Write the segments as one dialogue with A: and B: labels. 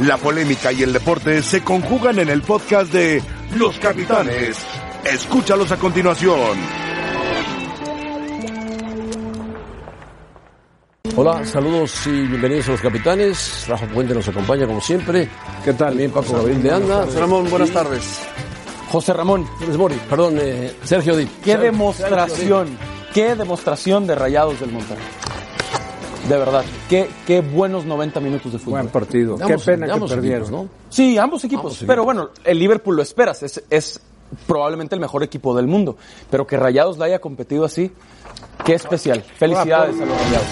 A: La polémica y el deporte se conjugan en el podcast de Los Capitanes. Escúchalos a continuación.
B: Hola, saludos y bienvenidos a los capitanes. Rafa Puente nos acompaña como siempre. ¿Qué tal? También Paco Gabriel de Anda.
C: Ramón, buenas
B: Y
C: tardes.
D: José Ramón,
B: Funes Mori, perdón, eh, Sergio Di.
D: qué demostración, qué demostración de rayados del Monterrey. De verdad, qué, qué buenos 90 minutos de fútbol.
E: Buen partido. Qué pena que perdieron.
B: ¿no?
D: Sí, ambos equipos.
B: Ambos
D: pero bueno, el Liverpool lo esperas. Es, es probablemente el mejor equipo del mundo. Pero que Rayados la haya competido así, qué especial. Felicidades a los Rayados.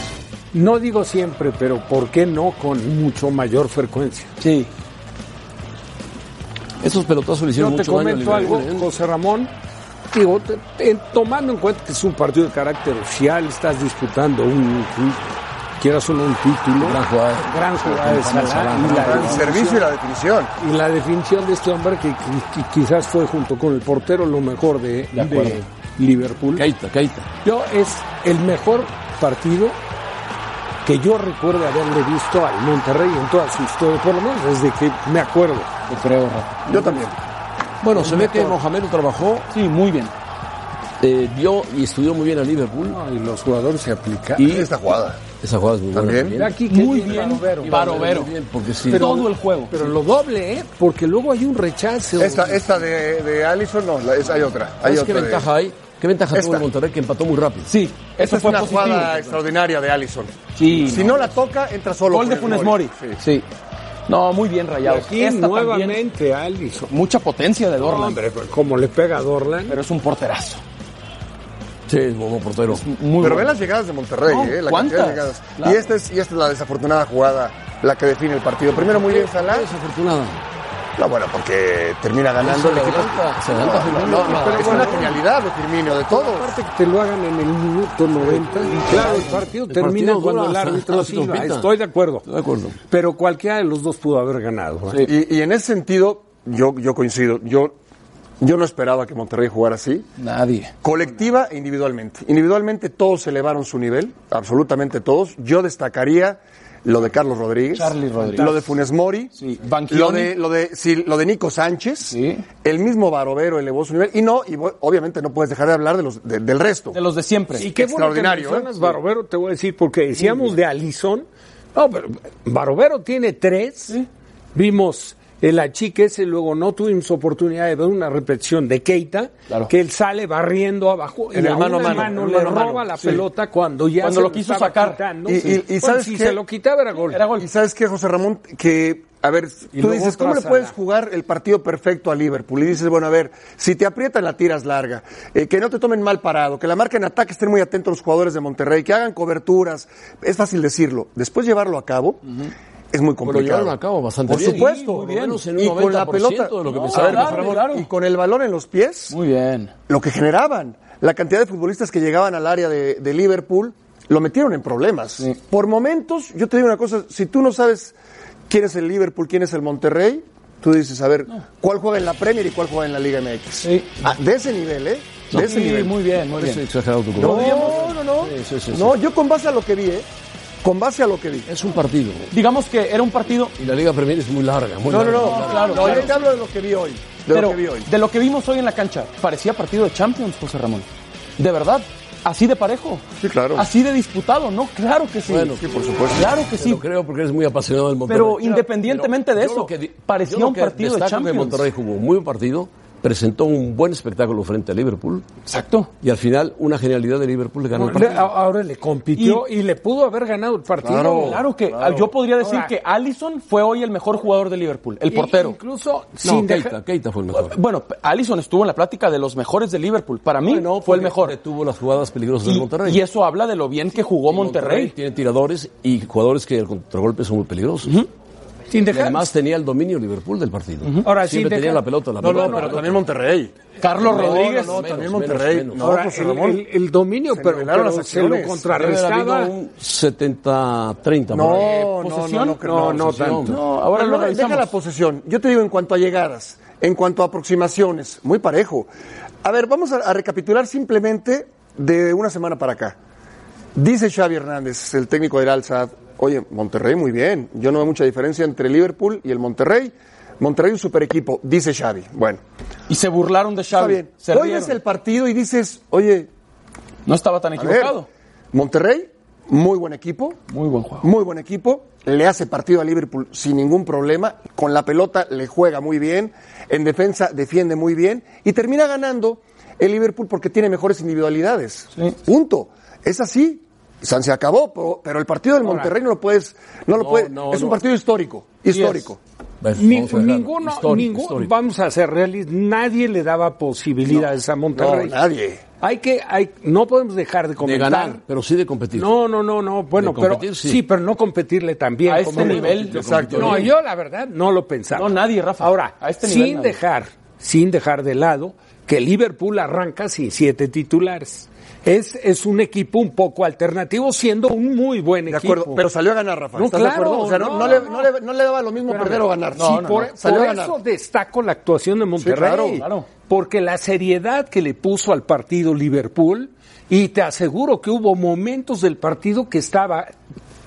E: No digo siempre, pero ¿por qué no con mucho mayor frecuencia?
D: Sí.
B: Esos pelotazos le
E: Yo
B: hicieron
E: te
B: mucho daño a
E: comento algo,
B: Liverpool, ¿eh?
E: José Ramón. Digo, te- te- tomando en cuenta que es un partido de carácter oficial, estás disputando un, un- quieras o no un título.
B: Gran jugada.
E: Gran jugada de Salah y la
C: El servicio y la definición.
E: y la definición de este hombre que, qui- qui- quizás fue junto con el portero lo mejor de,
B: De acuerdo.
E: de Liverpool.
B: Caíta, caíta.
E: Yo es el mejor partido que yo recuerdo haberle visto al Monterrey en toda su historia, por lo menos desde que me acuerdo.
D: Te creo,
C: Yo también.
B: Bueno, se ve que Mohamed lo trabajó,
D: Sí, muy bien.
B: eh, vio y estudió muy bien a Liverpool.
E: No, y los jugadores se aplican.
B: Y
C: Esta jugada.
B: esa jugada es muy buena.
C: También.
E: Mira aquí
D: Muy
E: qué
D: bien,
E: Barovero.
D: Barovero.
B: Muy bien, porque sí.
D: Todo el juego.
E: Pero lo doble, ¿eh? Porque luego hay un rechazo.
C: Esta, esta de, de Allison, no, la- es- hay otra. Hay
B: ¿Sabes
C: otra
B: qué
C: de-
B: ventaja hay? ¿Qué ventaja tuvo
C: Esta.
B: el Monterrey que empató muy rápido?
D: Sí,
C: Esta
D: eso
C: es
D: fue
C: una
D: positivo.
C: jugada extraordinaria de Allison.
D: Sí,
C: Si no la toca, entra solo.
D: Gol de Funes Mori. Sí.
C: Sí.
D: No, muy bien
E: Y
D: rayados.
E: aquí
D: Esta también,
E: nuevamente Alisson.
D: mucha potencia de Dorlan,
E: Hombre, pues, como le pega a Dorlan.
D: pero es un porterazo.
B: Sí, es bobo portero.
D: Muy
C: Pero
D: bueno.
C: ve las llegadas de Monterrey,
D: No,
C: ¿eh? La
D: ¿cuántas?
C: cantidad de llegadas.
D: Claro.
C: Y, esta es, y esta es la desafortunada jugada, la que define el partido. Primero muy bien Salah.
B: Desafortunada.
C: No, bueno, porque termina ganando el
B: Se
C: equipo.
B: adelanta, se adelanta
C: No,
B: Firmino.
C: no, no,
B: Pero
C: es una genialidad de Firmino, de todos.
E: Aparte que te lo hagan en el minuto 90. Y claro, el partido
B: El
E: termina
B: partido
E: cuando
B: dura
E: el
B: hasta-
E: árbitro
B: hasta los
E: silba.
B: 90.
E: Estoy de acuerdo.
B: Estoy de acuerdo.
E: Pero cualquiera de los dos pudo haber ganado. ¿eh?
C: Y, y en ese sentido, yo, yo coincido. Yo, yo no esperaba que Monterrey jugara así.
D: Nadie.
C: Colectiva e individualmente. Individualmente todos elevaron su nivel, absolutamente todos. Yo destacaría lo de Carlos Rodríguez,
D: Charly Rodríguez.
C: lo de Funes Mori,
D: Sí. Banchioni.
C: lo de lo de sí, lo de Nico Sánchez,
D: Sí.
C: el mismo Barovero elevó su nivel y no y bo- obviamente no puedes dejar de hablar de los de- del resto.
D: De los de siempre.
E: Y qué bueno que
C: Extraordinario,
E: mencionas
C: ¿eh?
E: Barovero, te voy a decir, porque decíamos de Alisson. No, pero Barovero tiene tres. Vimos el achique ese, luego no tuvimos oportunidad de ver una repetición de Keita,
D: Claro.
E: que él sale barriendo abajo y
C: En el
E: a
C: mano a
E: una
C: mano, en el
E: le
C: mano a mano,
E: roba la
C: sí.
E: pelota cuando ya
D: Cuando
E: se
D: lo quiso
E: estaba
D: sacar.
E: quitando.
C: Y- y- y
E: Bueno,
C: ¿sabes
E: si
C: qué?
E: se lo quitaba era gol.
D: Era gol.
C: Y sabes qué, José Ramón, que, a ver,
E: Y
C: tú
E: luego
C: dices, ¿cómo le
E: tras a
C: puedes
E: la-
C: jugar el partido perfecto a Liverpool? Y dices, bueno, a ver, si te aprietan la tiras larga, eh, que no te tomen mal parado, que la marca en ataque estén muy atentos los jugadores de Monterrey, que hagan coberturas, es fácil decirlo. Después llevarlo a cabo es
B: Pero
C: muy
B: lo
C: complicado.
B: llevaron a cabo bastante
C: Por
B: bien.
C: supuesto,
B: Por lo menos en un
C: y con la
B: 90%
C: pelota,
B: de lo que
C: No,
B: pensaba.
C: a ver,
D: Claro,
C: José Ramón,
D: claro.
C: y con el balón en los pies,
D: Muy bien.
C: lo que generaban, la cantidad de futbolistas que llegaban al área de, de Liverpool, lo metieron en problemas. Por momentos, yo te digo una cosa, si tú no sabes quién es el Liverpool, quién es el Monterrey, tú dices, a ver, ¿cuál juega en la Premier y cuál juega en la Liga MX?
D: Sí.
C: Ah, de ese nivel, ¿eh? De
D: Sí,
C: ese nivel.
D: muy bien, muy
B: Parece
D: bien.
B: exagerado tu
C: No,
B: comentario.
C: no, no.
B: Sí, sí, sí, sí.
C: No, yo con base a lo que vi, ¿eh? Con base a lo que vi.
B: Es un partido.
D: Digamos que era un partido.
B: Y la Liga Premier es muy larga. Muy
C: No, no,
B: larga.
C: no.
D: claro,
C: No,
D: claro.
C: yo te hablo de lo que vi hoy. De
D: pero
C: lo que vi hoy.
D: de lo que vimos hoy en la cancha, parecía partido de Champions, José Ramón. De verdad, así de parejo.
C: Sí, claro.
D: Así de disputado, ¿no? Claro que sí.
B: Bueno,
C: sí, por supuesto.
D: Claro que
B: Te
D: sí.
B: lo creo porque eres muy apasionado del Monterrey.
D: Pero independientemente de
B: yo
D: eso,
B: lo que di-
D: parecía
B: yo lo
D: un
B: que
D: partido de
B: destaco que
D: Champions.
B: Monterrey jugó un muy buen partido, presentó un buen espectáculo frente a Liverpool
D: Exacto.
B: y al final una genialidad de Liverpool le ganó el
E: Le- a-
B: partido.
E: Ahora le compitió y, le pudo haber ganado el partido.
D: Claro que yo podría decir
E: Ahora,
D: que Allison fue hoy el mejor jugador de Liverpool, el
E: i-
D: portero.
E: Incluso
B: No,
E: sin
B: Keita,
E: dejar-
B: Keita fue el mejor.
D: Bueno, Allison estuvo en la plática de los mejores de Liverpool. Para mí
B: Bueno,
D: fue el
B: porque
D: mejor.
B: Detuvo las jugadas peligrosas del
D: Y,
B: Monterrey.
D: y eso habla de lo bien que jugó Monterrey.
B: Tiene tiradores y jugadores que al contragolpe son muy peligrosos. Y
E: sin dejar-
B: además tenía el dominio Liverpool del partido.
E: Ahora, sin
B: Siempre tenía
E: dejar-
B: la pelota. La
C: No,
B: pelota, la
C: no, pero
B: pelota.
C: también Monterrey.
D: Carlos
B: No, no,
D: Rodríguez.
C: No, no, también
B: menos,
C: Monterrey.
B: menos,
C: No,
E: Ahora,
C: José
E: el,
C: Ramón.
E: el- el dominio, pero,
C: nivelaron
E: pero
C: las
E: se lo
C: acciones.
B: Debe haber
E: contrarrestaba.
B: habido un 70-30. por ahí.
C: No, no, no,
D: Eh, ¿Posesión?
C: no, creo-
E: No, no
B: posesión.
E: tanto.
D: No, ahora
C: Pero
D: lo
C: no, deja
D: revisamos.
C: la posesión. Yo te digo en cuanto a llegadas, en cuanto a aproximaciones, muy parejo. A ver, vamos a, a recapitular simplemente de una semana para acá. Dice Xavi Hernández, el técnico del Al Sadd, Oye, Monterrey muy bien. Yo no veo mucha diferencia entre Liverpool y el Monterrey. Monterrey un super equipo, dice Xavi. Bueno,
D: Y se burlaron de
C: está
D: Xavi.
C: bien.
D: se
C: Hoy
D: rieron.
C: ves el partido y dices, oye,
D: No estaba tan
C: a ver,
D: equivocado.
C: Monterrey, muy buen equipo,
D: Muy buen juego.
C: muy buen equipo, le hace partido a Liverpool sin ningún problema, con la pelota le juega muy bien, en defensa defiende muy bien y termina ganando el Liverpool porque tiene mejores individualidades. Punto. Es así. San se acabó, pero, pero el partido del Monterrey no lo puedes, no lo
B: No,
C: puedes,
B: no,
C: es un
B: no.
C: partido histórico, histórico.
B: Bueno,
E: Ni-
B: vamos a dejarlo.
E: ninguno,
B: Histórico,
E: ningún-
B: histórico.
E: vamos a ser realistas, nadie le daba posibilidades a Monterrey.
C: No, nadie.
E: Hay que, hay, no podemos dejar de
B: De
E: comentar.
B: ganar, pero sí de competir.
E: No, no, no, no. Bueno,
B: De
E: pero
B: competir, sí.
E: sí. pero no competirle también.
D: A este nivel,
E: Exacto.
D: exacto.
E: No, yo la verdad no lo pensaba.
D: No, nadie, Rafa.
E: Ahora,
D: A este
E: sin
D: nivel, nadie.
E: dejar, sin dejar de lado que Liverpool arranca sin siete titulares. Es, es un equipo un poco alternativo, siendo un muy buen
C: De
E: equipo.
C: acuerdo, pero salió a ganar, Rafa.
E: No,
C: ¿Estás
E: claro,
C: de acuerdo? O sea, no,
E: no,
C: no le,
E: no.
C: no le- no le daba lo mismo perder o ganar.
E: Sí, por,
C: salió
E: por
C: a ganar.
E: eso destaco la actuación de Monterrey.
C: claro,
D: claro.
E: Porque la seriedad que le puso al partido Liverpool, y te aseguro que hubo momentos del partido que estaba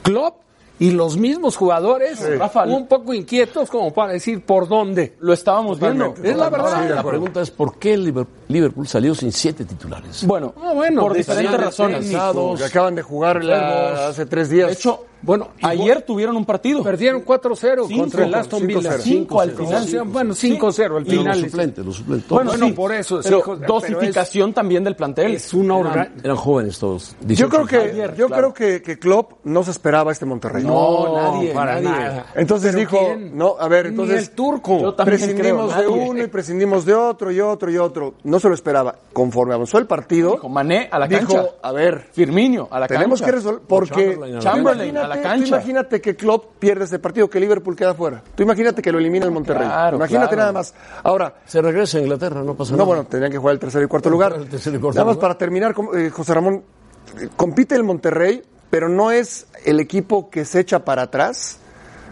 E: Klopp y los mismos jugadores
D: Rafa,
E: un poco inquietos como para decir por dónde.
D: Lo estábamos viendo.
C: Totalmente,
E: Es la verdad.
B: Ahora, la pregunta es por qué el Liber- Liverpool salió sin siete titulares.
D: Bueno,
E: Ah, bueno,
D: por
E: de-
D: diferentes
E: de-
D: razones.
B: Cansados.
C: Que acaban de jugar la-
D: Enfermos.
C: hace tres días.
D: De hecho,
E: Bueno,
D: ayer tuvieron un partido.
E: Perdieron 4-0
D: Cinco,
E: contra el Aston Villa.
D: 5-0. Cinco al
E: Cinco,
D: final.
E: sí, Bueno, 5-0 al
B: Pero los
E: final.
B: suplentes, los suplentes. todos.
D: Bueno,
E: Bueno,
D: sí,
E: por eso,
D: pero
E: hijo- pero es-
D: dosificación también del plantel.
E: Es una orga-
B: eran, eran jóvenes todos.
C: Yo
B: 18
C: creo que,
B: años.
C: yo creo que, que Klopp no se esperaba este Monterrey.
D: No, nadie,
E: para
D: nadie.
E: nada.
C: Entonces
E: ¿Pero
C: dijo,
E: quién?
C: no, a ver,
E: Ni
C: entonces
E: el turco.
D: Yo también
C: prescindimos
D: creo,
C: de
D: nadie.
C: uno y prescindimos de otro y otro y otro. No se lo esperaba. Conforme avanzó el partido,
D: Dijo, Mané a la
C: dijo,
D: cancha.
C: a ver,
D: Firmino a la
C: tenemos
D: cancha.
C: que resolver porque
B: Chamberlain a la
D: Chamberlain
C: imagínate-
D: a la
C: tú
D: cancha.
C: imagínate que Klopp pierde ese partido, que Liverpool queda fuera. Tú imagínate que lo elimina el Monterrey.
D: Claro,
C: imagínate
D: claro.
C: nada más. Ahora,
B: Se regresa a Inglaterra, no pasa
C: No,
B: nada.
C: bueno, tenían que jugar el tercer y cuarto lugar.
B: El tercer y cuarto
C: Nada más
B: lugar.
C: para terminar, com- eh, José Ramón, eh, compite el Monterrey, pero no es el equipo que se echa para atrás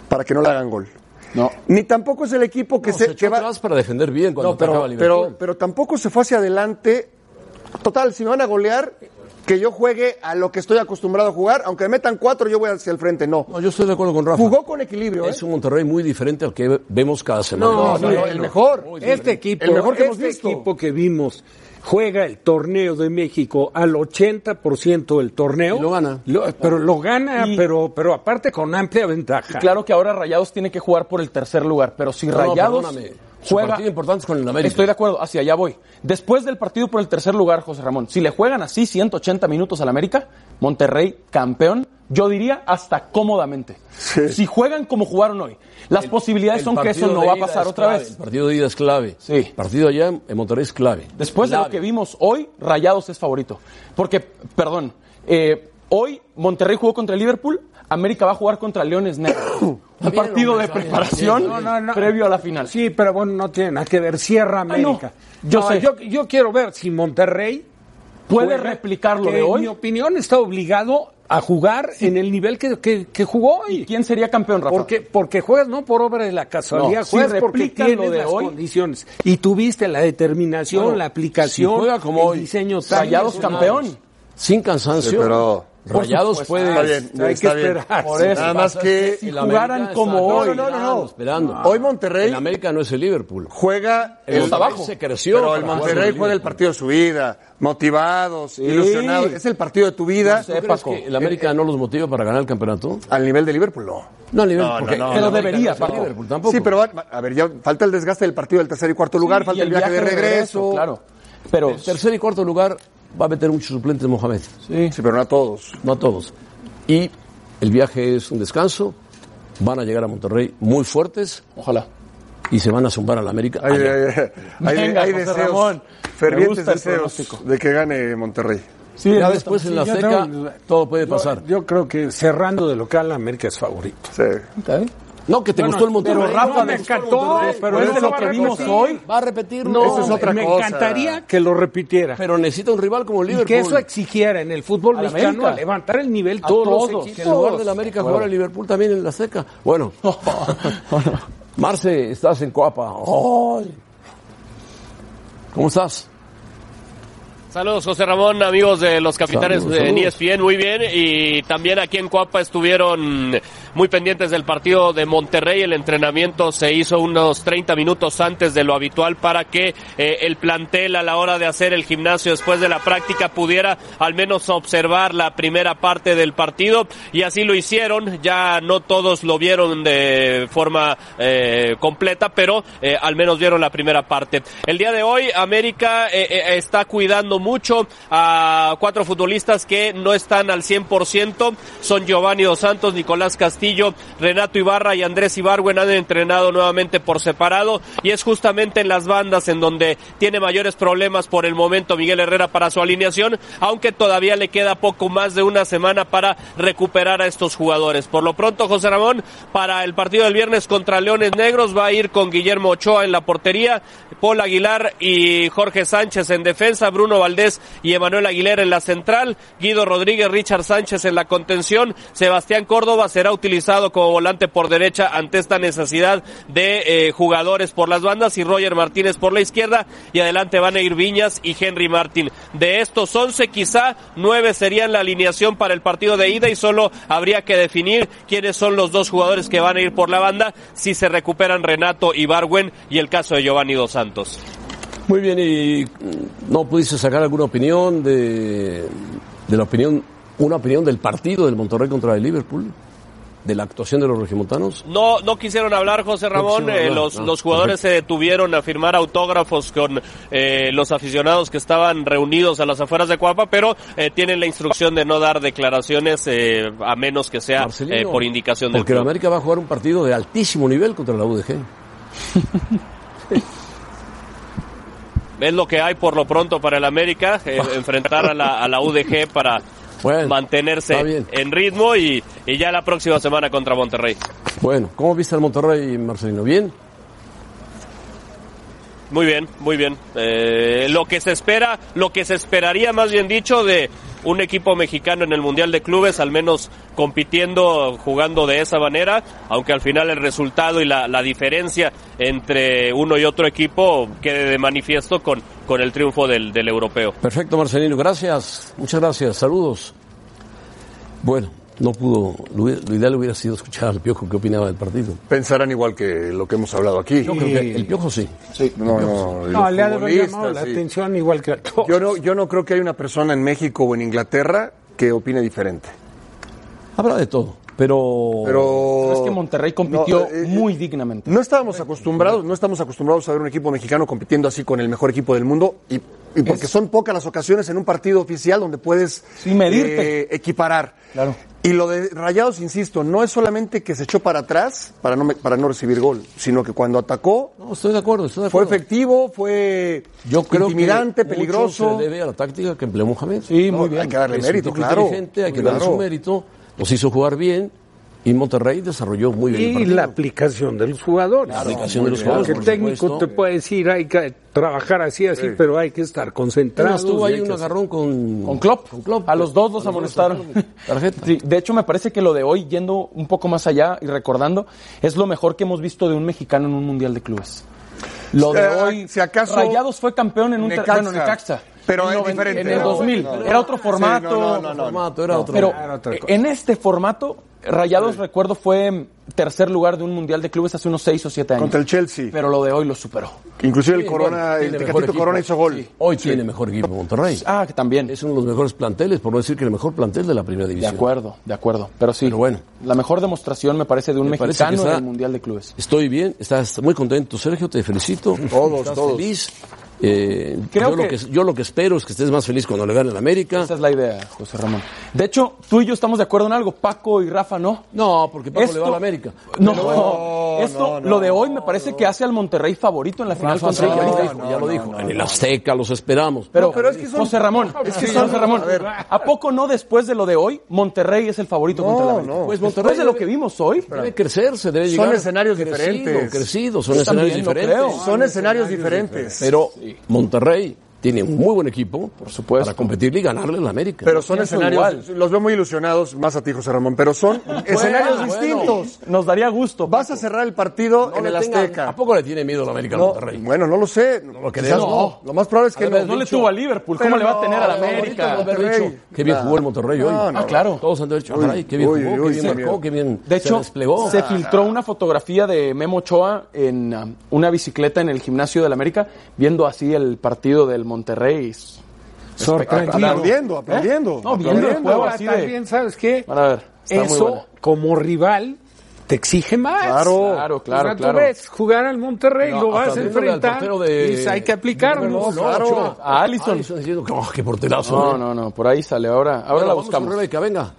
C: para que no le hagan gol.
D: No.
C: Ni tampoco es el equipo que
B: No,
C: se,
B: se
C: que
B: echó
C: va-
B: atrás para defender bien cuando
C: No, pero,
B: atacaba Liverpool.
C: pero, pero tampoco se fue hacia adelante. Total, si me van a golear, que yo juegue a lo que estoy acostumbrado a jugar. Aunque me metan cuatro, yo voy hacia el frente. No.
B: No, yo estoy de acuerdo con Rafa.
C: Jugó con equilibrio. ¿eh?
B: Es un Monterrey muy diferente al que vemos cada semana.
C: No, no, no, el mejor.
E: Este equipo,
C: El mejor que hemos
E: este
C: visto.
E: equipo que vimos juega el torneo de México al 80% del torneo.
B: Y lo gana.
E: Lo- pero lo gana,
D: Y-
E: pero, pero aparte con amplia ventaja.
D: Claro que ahora Rayados tiene que jugar por el tercer lugar, pero si
B: No,
D: Rayados
B: perdóname. Su
D: juega...
B: partido importante es con el América.
D: Estoy de acuerdo, hacia allá voy. Después del partido por el tercer lugar, José Ramón, si le juegan así 180 minutos al América, Monterrey campeón, yo diría hasta cómodamente. Si juegan como jugaron hoy, las posibilidades
B: El
D: son que eso
B: partido
D: no
B: de
D: va a
B: ida
D: pasar
B: es
D: otra
B: clave,
D: vez.
B: El partido de ida es clave.
D: Sí.
B: El partido allá en Monterrey es clave.
D: Después de lo que vimos hoy, Rayados es favorito. Porque, perdón, eh, hoy Monterrey jugó contra el Liverpool, América va a jugar contra Leones Negros. Un
B: bien,
D: partido
B: hombre,
D: de
B: está bien,
D: preparación
E: No, no, no.
D: previo a la final.
E: Sí, pero bueno, no tiene nada que ver. Cierra América.
D: no. Yo sé.
E: Yo, yo quiero ver si Monterrey
D: ¿Puede
E: juega,
D: replicar lo
E: que
D: de
E: En mi
D: hoy?
E: opinión, está obligado a jugar en el nivel que, que- que jugó hoy.
D: ¿Quién sería campeón, Rafa?
E: Porque, porque juegas no por obra de la casualidad,
D: No, si
E: juegas porque
D: replicas
E: tienes
D: lo de
E: las
D: hoy-
E: condiciones. Y tuviste la determinación,
B: Bueno,
E: la aplicación,
B: si juega como
E: el
B: hoy,
E: diseño
D: Rayados
E: táctico.
D: campeón.
B: Sin cansancio.
C: Sí, pero-
B: Rayados puede.
C: Está bien,
E: Hay que
C: está bien.
E: esperar.
D: Por eso.
C: Nada más que
D: Si jugaran como hoy.
C: No, no, no, no.
B: Esperando.
C: Hoy Monterrey-
B: El América no es el Liverpool.
C: juega
B: El
C: el,
B: Monterrey se creció.
C: Pero el
B: para jugar con
C: Monterrey
B: el
C: juega el
B: Liverpool.
C: partido de su vida, motivados, ilusionados. Es el partido de tu vida.
D: No sé,
B: ¿Tú crees
D: Paco.
B: que el América no los motiva para ganar el campeonato?
C: Al nivel de Liverpool, no.
B: No, nivel,
C: No,
B: porque
C: no, no,
D: Pero
C: no,
D: debería,
B: para
D: Paco.
B: Liverpool tampoco.
C: Sí, pero va- va- a ver, ya falta el desgaste del partido del tercer y cuarto lugar,
D: Y
C: falta el viaje, de regreso.
D: Claro. Pero
B: Tercer y cuarto lugar va a meter muchos suplentes Mohamed,
D: sí.
C: Sí, pero no a todos.
B: no a todos. Y el viaje es un descanso, van a llegar a Monterrey muy fuertes
D: ojalá.
B: y se van a zumbar al América.
C: Hay,
B: allá.
C: hay- hay-
D: Venga,
C: hay
D: José
C: deseos,
D: Ramón. Me
C: fervientes
D: gusta el
C: deseos
D: pronóstico.
C: de que gane Monterrey.
D: Sí,
B: ya
D: no,
B: después en la
E: Sí, yo
B: Azteca
E: tengo- eh,
B: todo puede
E: yo-
B: pasar.
E: Yo creo que cerrando de local, América es favorito.
C: Sí.
B: No, que te
E: ¿eh? Bueno,
B: gustó el Monterrey.
E: pero Rafa
B: No,
E: me
B: me gustó el
E: encantó,
B: Monterrey.
E: pero
B: Por
E: es
B: eso
E: lo
B: va
E: que
B: a
E: vimos
B: repetir.
E: hoy.
B: Va a repetir.
E: No,
C: Esa es otra
E: me
C: cosa.
E: encantaría que lo repitiera.
B: Pero necesita un rival como
E: y
B: Liverpool.
E: que eso exigiera en el fútbol
D: A la
E: mexicano
D: América.
E: a levantar el nivel
D: A
E: todos, los
D: todos,
E: equipos.
B: que en lugar del América jugar a Liverpool también en la Azteca. Bueno, Marce, estás en Coapa. ¡Ay! ¿Cómo estás?
F: Saludos, José Ramón, amigos de los capitanes
B: Saludos,
F: de E en
B: saludos.
F: ESPN, muy bien. Y también aquí en Coapa estuvieron muy pendientes del partido de Monterrey. El entrenamiento se hizo unos 30 minutos antes de lo habitual para que eh, el plantel a la hora de hacer el gimnasio después de la práctica pudiera al menos observar la primera parte del partido. Y así lo hicieron. Ya no todos lo vieron de forma eh, completa, pero eh, al menos vieron la primera parte. El día de hoy América eh, eh, está cuidando mucho a cuatro futbolistas que no están al 100%. Son Giovanni Dos Santos, Nicolás Castillo, Renato Ibarra y Andrés Ibargüen han entrenado nuevamente por separado y es justamente en las bandas en donde tiene mayores problemas por el momento Miguel Herrera para su alineación, aunque todavía le queda poco más de una semana para recuperar a estos jugadores. Por lo pronto, José Ramón, para el partido del viernes contra Leones Negros va a ir con Guillermo Ochoa en la portería, Paul Aguilar y Jorge Sánchez en defensa, Bruno Valdés y Emanuel Aguilera en la central, Guido Rodríguez, Richard Sánchez en la contención, Sebastián Córdoba será utilizado como volante por derecha ante esta necesidad de eh, jugadores por las bandas y Roger Martínez por la izquierda y adelante van a ir Viñas y Henry Martín. De estos 11 quizá 9 serían la alineación para el partido de ida y solo habría que definir quiénes son los dos jugadores que van a ir por la banda si se recuperan Renato Ibarwen y el caso de Giovanni Dos Santos.
B: Muy bien, ¿y mm, no pudiste sacar alguna opinión de, de la opinión, una opinión del partido del Monterrey contra el Liverpool? ¿De la actuación de los regimontanos?
F: No, no quisieron hablar, José Ramón.
B: quisieron
F: eh,
B: hablar,
F: los,
B: no.
F: los jugadores se detuvieron a firmar autógrafos con eh, los aficionados que estaban reunidos a las afueras de Cuapa, pero eh, tienen la instrucción de no dar declaraciones eh, a menos que sea
B: Marcelino,
F: eh, por indicación del
B: Porque la
F: club.
B: América va a jugar un partido de altísimo nivel contra la UDG.
F: Es lo que hay por lo pronto para el América, eh, enfrentar a la, a la UDG para
B: Bueno, está
F: mantenerse
B: bien.
F: en ritmo y, y ya la próxima semana contra Monterrey.
B: Bueno, ¿cómo viste al Monterrey, Marcelino? ¿Bien?
F: Muy bien, muy bien. Eh, lo que se espera, lo que se esperaría más bien dicho de un equipo mexicano en el Mundial de Clubes, al menos compitiendo, jugando de esa manera, aunque al final el resultado y la, la diferencia entre uno y otro equipo quede de manifiesto con, con el triunfo del, del europeo.
B: Perfecto, Marcelino, gracias. Muchas gracias, saludos. Bueno, no pudo, lo, hubiera- lo ideal hubiera sido escuchar al Piojo qué opinaba del partido.
A: Pensarán igual que lo que hemos hablado aquí.
B: Yo creo que el Piojo sí.
A: Sí, no, no,
E: No,
A: los
E: le ha de haber llamado
A: futbolistas,
E: la
A: sí.
E: atención igual que a todos.
C: Yo no, yo no creo que haya una persona en México o en Inglaterra que opine diferente.
B: Habrá de todo, pero...
C: Pero.
D: Es que Monterrey compitió
C: No, eh,
D: muy dignamente.
C: No estábamos acostumbrados, no estamos acostumbrados a ver un equipo mexicano compitiendo así con el mejor equipo del mundo y, y porque son pocas las ocasiones en un partido oficial donde puedes
D: Sí, medirte.
C: eh, equiparar.
D: Claro.
C: Y lo de Rayados, insisto, no es solamente que se echó para atrás para no, me- para no recibir gol, sino que cuando atacó
B: No, estoy de acuerdo, estoy de
C: fue
B: acuerdo.
C: efectivo, fue
B: Yo creo
C: intimidante,
B: que mucho
C: peligroso.
B: se debe a la táctica que empleó Mohamed.
E: Sí,
C: No,
E: muy bien.
C: Hay que darle
B: Es un
C: mérito,
B: tipo
C: claro.
B: inteligente, hay que darle su
C: Claro.
B: mérito. Los hizo jugar bien y Monterrey desarrolló muy bien el
E: Y
B: partido.
E: la aplicación de los jugadores.
B: La aplicación de los jugadores,
E: Porque el
B: por
E: técnico
B: supuesto.
E: te puede decir, hay que trabajar así, así, pero hay que estar
B: Bueno,
E: concentrado.
B: estuvo ahí un agarrón con...
D: Con Klopp. A los dos los amonestaron.
B: Tarjeta.
D: Sí, de hecho, me parece que lo de hoy, yendo un poco más allá y recordando, es lo mejor que hemos visto de un mexicano en un mundial de clubes. Lo de
C: Eh,
D: hoy,
C: si acaso,
D: Rayados fue campeón en un ter-
C: Necaxa.
D: bueno, Necaxa.
C: Pero
D: En
C: es
D: noven-
C: diferente,
D: En el
C: ¿no?
D: 2000.
C: No, no.
D: Era otro
C: Sí,
D: formato.
C: no, no, no,
B: formato, era otro.
D: Pero
E: Era otra
D: eh,
E: cosa.
D: en este formato, Rayados, recuerdo, fue mm, tercer lugar de un mundial de clubes hace unos 6 o 7 años.
C: Contra el Chelsea.
D: Pero lo de hoy lo superó.
C: Inclusive el
B: Sí,
C: Corona,
B: bueno,
C: el
B: tiene mejor
C: Tecatito
B: equipo.
C: Corona hizo gol.
B: Sí, Hoy tiene mejor equipo Monterrey.
D: Ah, que también.
B: Es uno de los mejores planteles, por no decir que el mejor plantel de la primera
D: De
B: división.
D: acuerdo, de acuerdo. Pero sí,
B: Pero bueno.
D: la mejor demostración me parece de un
B: Me parece que
D: mexicano en
B: está-
D: el Mundial de Clubes.
B: Estoy bien, estás muy contento, Sergio, te felicito.
C: Todos,
B: estás
C: todos.
B: feliz. Eh,
D: Creo
B: yo, lo que,
D: que-
B: yo lo que espero es que estés más feliz cuando le gane el América.
D: Esa es la idea, José Ramón. De hecho, tú y yo estamos de acuerdo en algo. Paco y Rafa no.
B: No, porque Paco
D: Esto-
B: le va a la América.
D: No,
B: Pero bueno,
D: esto, lo de hoy me parece que hace al Monterrey favorito en la final
B: Rafa, sí,
D: contra el
B: ya lo
D: América.
B: dijo, ya lo dijo. en el Azteca los esperamos.
D: Pero,
C: No, pero es que son-
D: José Ramón,
C: es que
D: sí,
C: son-
D: José Ramón,
C: a ver.
D: a, poco no después de lo de hoy, Monterrey es el favorito contra el América?
C: no.
D: Pues después de lo que vimos hoy,
B: debe crecerse, debe llegar.
C: escenarios
B: crecido,
C: diferentes.
B: Crecido, son
D: Yo también
B: escenarios
D: lo
B: diferentes.
D: creo.
C: Son escenarios diferentes.
B: Pero Monterrey tiene un muy buen equipo Por
D: supuesto.
B: para competirle y ganarle al América.
C: Pero
B: ¿no?
C: son
D: pienso
C: escenarios, los veo muy ilusionados, más a ti, José Ramón, pero son escenarios
B: bueno.
C: distintos.
D: pues, Nos daría gusto.
C: Vas a cerrar el partido
B: No
C: en
B: le
C: el
B: tenga-
C: Azteca.
B: ¿A poco le tiene miedo al América
C: No,
B: al Monterrey?
C: bueno, no lo sé.
B: lo
C: Quizás
B: creo.
C: no. Lo más probable es que
B: A
C: no.
B: ver,
D: no le tuvo a Liverpool. ¿Cómo
C: Pero
D: le va a
C: no,
D: tener al
C: favorito
D: América?
C: Monterrey.
B: Haber dicho, Qué bien jugó el Monterrey hoy.
C: No, no.
D: Ah, claro.
B: Todos han dicho,
C: Uy,
B: "Caray, qué bien
C: uy,
B: jugó,
C: uy,
B: qué bien
C: sí.
B: marcó, qué bien
D: De hecho,
B: se desplegó.
D: se filtró una fotografía de Memo Ochoa en um, una bicicleta en el gimnasio del América, viendo así el partido del Monterrey.
E: Sorprendido.
C: Aplaudiendo, aplaudiendo.
D: No, viendo el
C: aplaudiendo.
D: juego
E: Ahora
D: así de...
E: también, ¿sabes qué?
D: Van a ver, está muy buena.
E: Eso, como rival, te exige más.
D: Claro, claro,
E: O sea,
D: claro.
E: tú ves jugar al Monterrey,
B: No,
E: lo vas
B: hasta
E: a
B: viéndole al
E: enfrentar.
B: portero de-
E: y hay que aplicarnos.
B: No, no,
E: Claro.
B: Ochoa.
D: A Alisson.
B: Alisson diciendo, "Oh, qué porterazo.
D: No, no, no, por ahí sale. Ahora, ahora la
B: Vamos con
D: buscamos.
B: Rebeca, venga.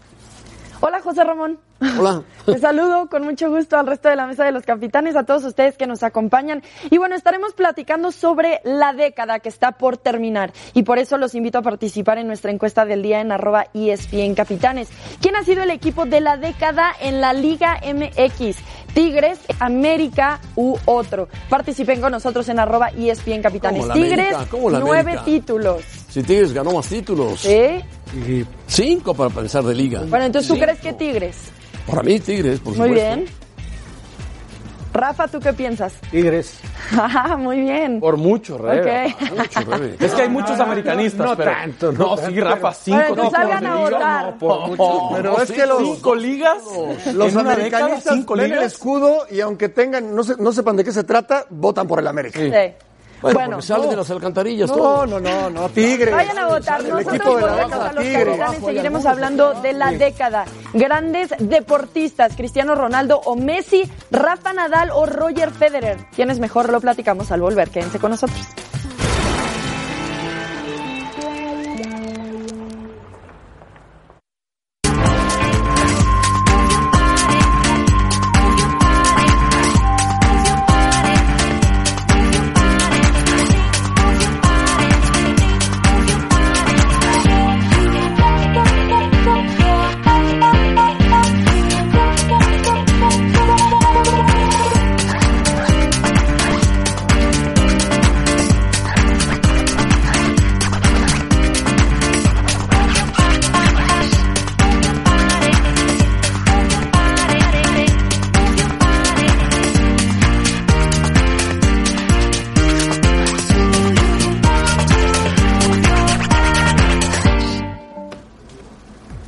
G: Hola José Ramón.
B: Hola.
G: Te saludo con mucho gusto al resto de la mesa de los capitanes, a todos ustedes que nos acompañan. Y bueno, estaremos platicando sobre la década que está por terminar. Y por eso los invito a participar en nuestra encuesta del día en arroba E ESPN Capitanes. ¿Quién ha sido el equipo de la década en la Liga MX? Tigres, América u otro. Participen con nosotros en arroba E ESPN Capitanes.
B: ¿Cómo la
G: Tigres,
B: América? ¿Cómo la
G: nueve
B: América?
G: títulos.
B: Si Tigres ganó más títulos.
G: ¿Sí?
E: Y
B: Cinco para pensar de liga.
G: Bueno, entonces tú
B: Cinco.
G: crees que Tigres.
B: Para mí Tigres, por
G: Muy
B: supuesto.
G: bien. Rafa, ¿tú qué piensas?
E: Tigres.
G: Ajá, muy bien.
D: Por mucho, Rebe.
G: Ok.
B: Mucho, Rebe.
D: Es que hay muchos
E: no,
D: americanistas,
E: no
D: pero...
E: tanto, no
D: sí,
E: tanto.
D: Rafa, cinco
G: Bueno, entonces
D: títulos
G: salgan
D: de
G: a
D: liga.
G: votar.
D: No, por mucho.
C: Pero es que los-
D: cinco ligas.
C: Los
D: en una década,
C: americanistas
D: cinco
C: ven el
D: ligas.
C: escudo y aunque tengan, no, se- no sepan de qué se trata, votan por el América.
G: Sí.
B: Bueno,
G: Bueno, uh,
B: porque salen de las alcantarillas
C: No,
B: todos.
C: no, no, no, Tigres.
G: Vayan a votar.
C: El
G: Nosotros
C: equipo de la
G: volvemos
C: década,
G: a los
C: Tigres.
G: capitanes. Seguiremos hablando de la década. Grandes deportistas, Cristiano Ronaldo o Messi, Rafa Nadal o Roger Federer. ¿Quién es mejor? Lo platicamos al volver. Quédense con nosotros.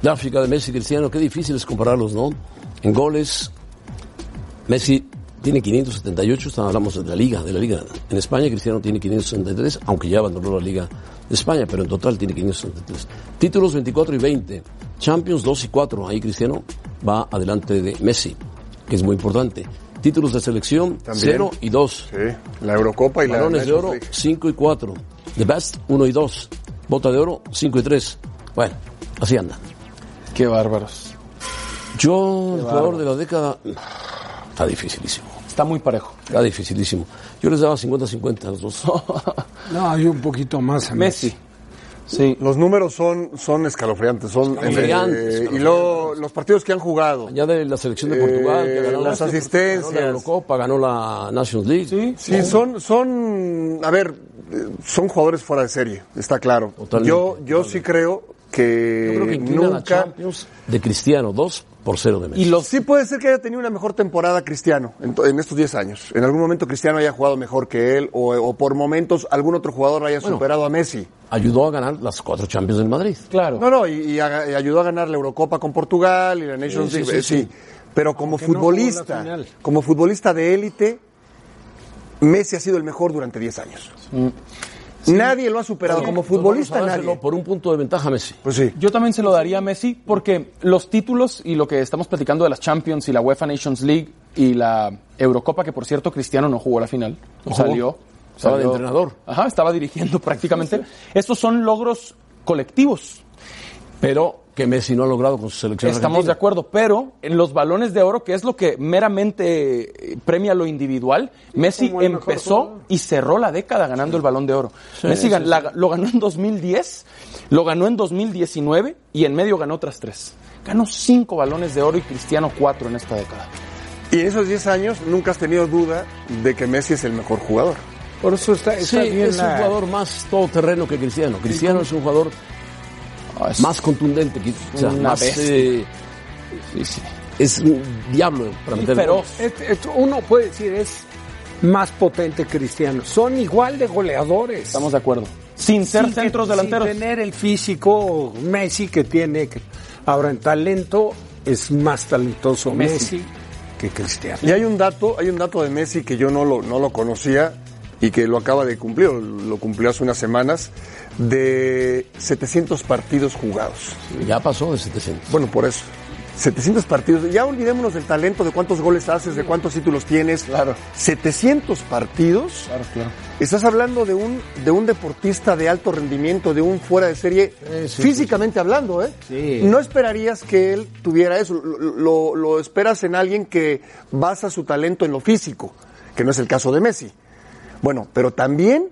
B: Gráfica de Messi y Cristiano, qué difícil es compararlos, ¿no? En goles, Messi tiene 578, está- hablamos de la liga, de la liga. En España Cristiano tiene 563, aunque ya abandonó la liga de España, pero en total tiene 563. Títulos 24 y 20, Champions 2 y 4, ahí Cristiano va adelante de Messi, que es muy importante. Títulos de selección
C: También.
B: 0 y 2.
C: Sí, la Eurocopa y
B: Balones de
C: Nations
B: oro,
C: League.
B: 5 y 4. The Best, 1 y 2. Bota de oro, 5 y 3. Bueno, así anda.
D: Qué bárbaros.
B: Yo, el jugador de la década, está dificilísimo.
D: Está muy parejo.
B: Está dificilísimo. Yo les daba 50-50 a los dos.
E: No, hay un poquito más a
D: Messi. Sí.
C: Los números son, son escalofriantes. Son,
B: Escalofriantes,
C: eh,
B: escalofriantes.
C: Y luego los partidos que han jugado.
B: Ya de la selección de Portugal, que
C: Eh,
B: ganó
C: las
B: la-
C: asistencias.
B: ganó la Eurocopa, ganó la Nations League.
C: Sí, son, son, a ver, eh, son jugadores fuera de serie, está claro.
B: Totalmente,
C: yo, yo sí creo que,
B: Yo creo que inclina la
C: Eh, nunca.
B: Champions de Cristiano, 2 por 0 de Messi.
C: Y sí puede ser que haya tenido una mejor temporada Cristiano en, to- en estos 10 años. En algún momento Cristiano haya jugado mejor que él o, o por momentos algún otro jugador haya superado a Messi.
B: Ayudó a ganar las cuatro Champions del Madrid.
D: Claro.
C: No, no, y, y aga- y ayudó a ganar la Eurocopa con Portugal y la Nations
B: Sí, sí,
C: League.
B: sí,
C: eh, Sí,
B: sí.
C: pero como
E: no jugó la
C: futbolista,
E: final.
C: como futbolista de élite, Messi ha sido el mejor durante 10 años. Nadie lo ha superado. como futbolista,
B: Vamos a dárselo
C: nadie.
B: Por un punto de ventaja, Messi.
C: Pues sí.
D: Yo también se lo daría a Messi porque los títulos y lo que estamos platicando de las Champions y la UEFA Nations League y la Eurocopa, que por cierto Cristiano no jugó la final,
B: No jugó.
D: salió.
B: Estaba de
D: salió-
B: entrenador.
D: Ajá, estaba dirigiendo prácticamente. Estos son logros colectivos.
B: Pero que Messi no ha logrado con su selección.
D: Estamos de
B: argentina.
D: acuerdo, pero en los balones de oro, que es lo que meramente eh, premia lo individual, Messi
E: como el mejor
D: empezó
E: jugador.
D: y cerró la década ganando el balón de oro. Messi
B: sí,
D: gan-
B: sí.
D: la- lo ganó en 2010, lo ganó en 2019 y en medio ganó otras tres. Ganó cinco balones de oro y Cristiano cuatro en esta década.
C: Y en esos 10 años nunca has tenido duda de que Messi es el mejor jugador.
E: Por eso está,
B: Sí,
E: está bien
B: es un
C: ah.
E: la-
B: jugador más todoterreno que Cristiano. Cristiano es un jugador
C: Ah,
B: más contundente, que- o sea,
H: una
B: más,
H: bestia.
B: eh,
H: Sí, sí.
B: es un diablo para meter
H: feroz.
E: Es- es- Este, uno puede decir es más potente Cristiano. Son igual de goleadores.
H: Estamos de acuerdo. Sin ser
E: Sin que-
H: centros delanteros.
E: Sin tener el físico Messi que tiene. que- Ahora en talento es más talentoso Messi,
H: Messi.
E: que Cristiano.
C: Y hay un dato, hay un dato de Messi que yo no lo, no lo conocía y que lo acaba de cumplir, o lo cumplió hace unas semanas, de 700 partidos jugados.
B: Ya pasó de 700.
C: Bueno, por eso. 700 partidos. Ya olvidémonos del talento, de cuántos goles haces, de cuántos títulos tienes. Claro. 700 partidos. Claro, claro. Estás hablando de un, de un deportista de alto rendimiento, de un fuera de serie, físicamente hablando, ¿eh? No esperarías que él tuviera eso. Lo, lo- lo esperas en alguien que basa su talento en lo físico, que no es el caso de Messi. Bueno, pero también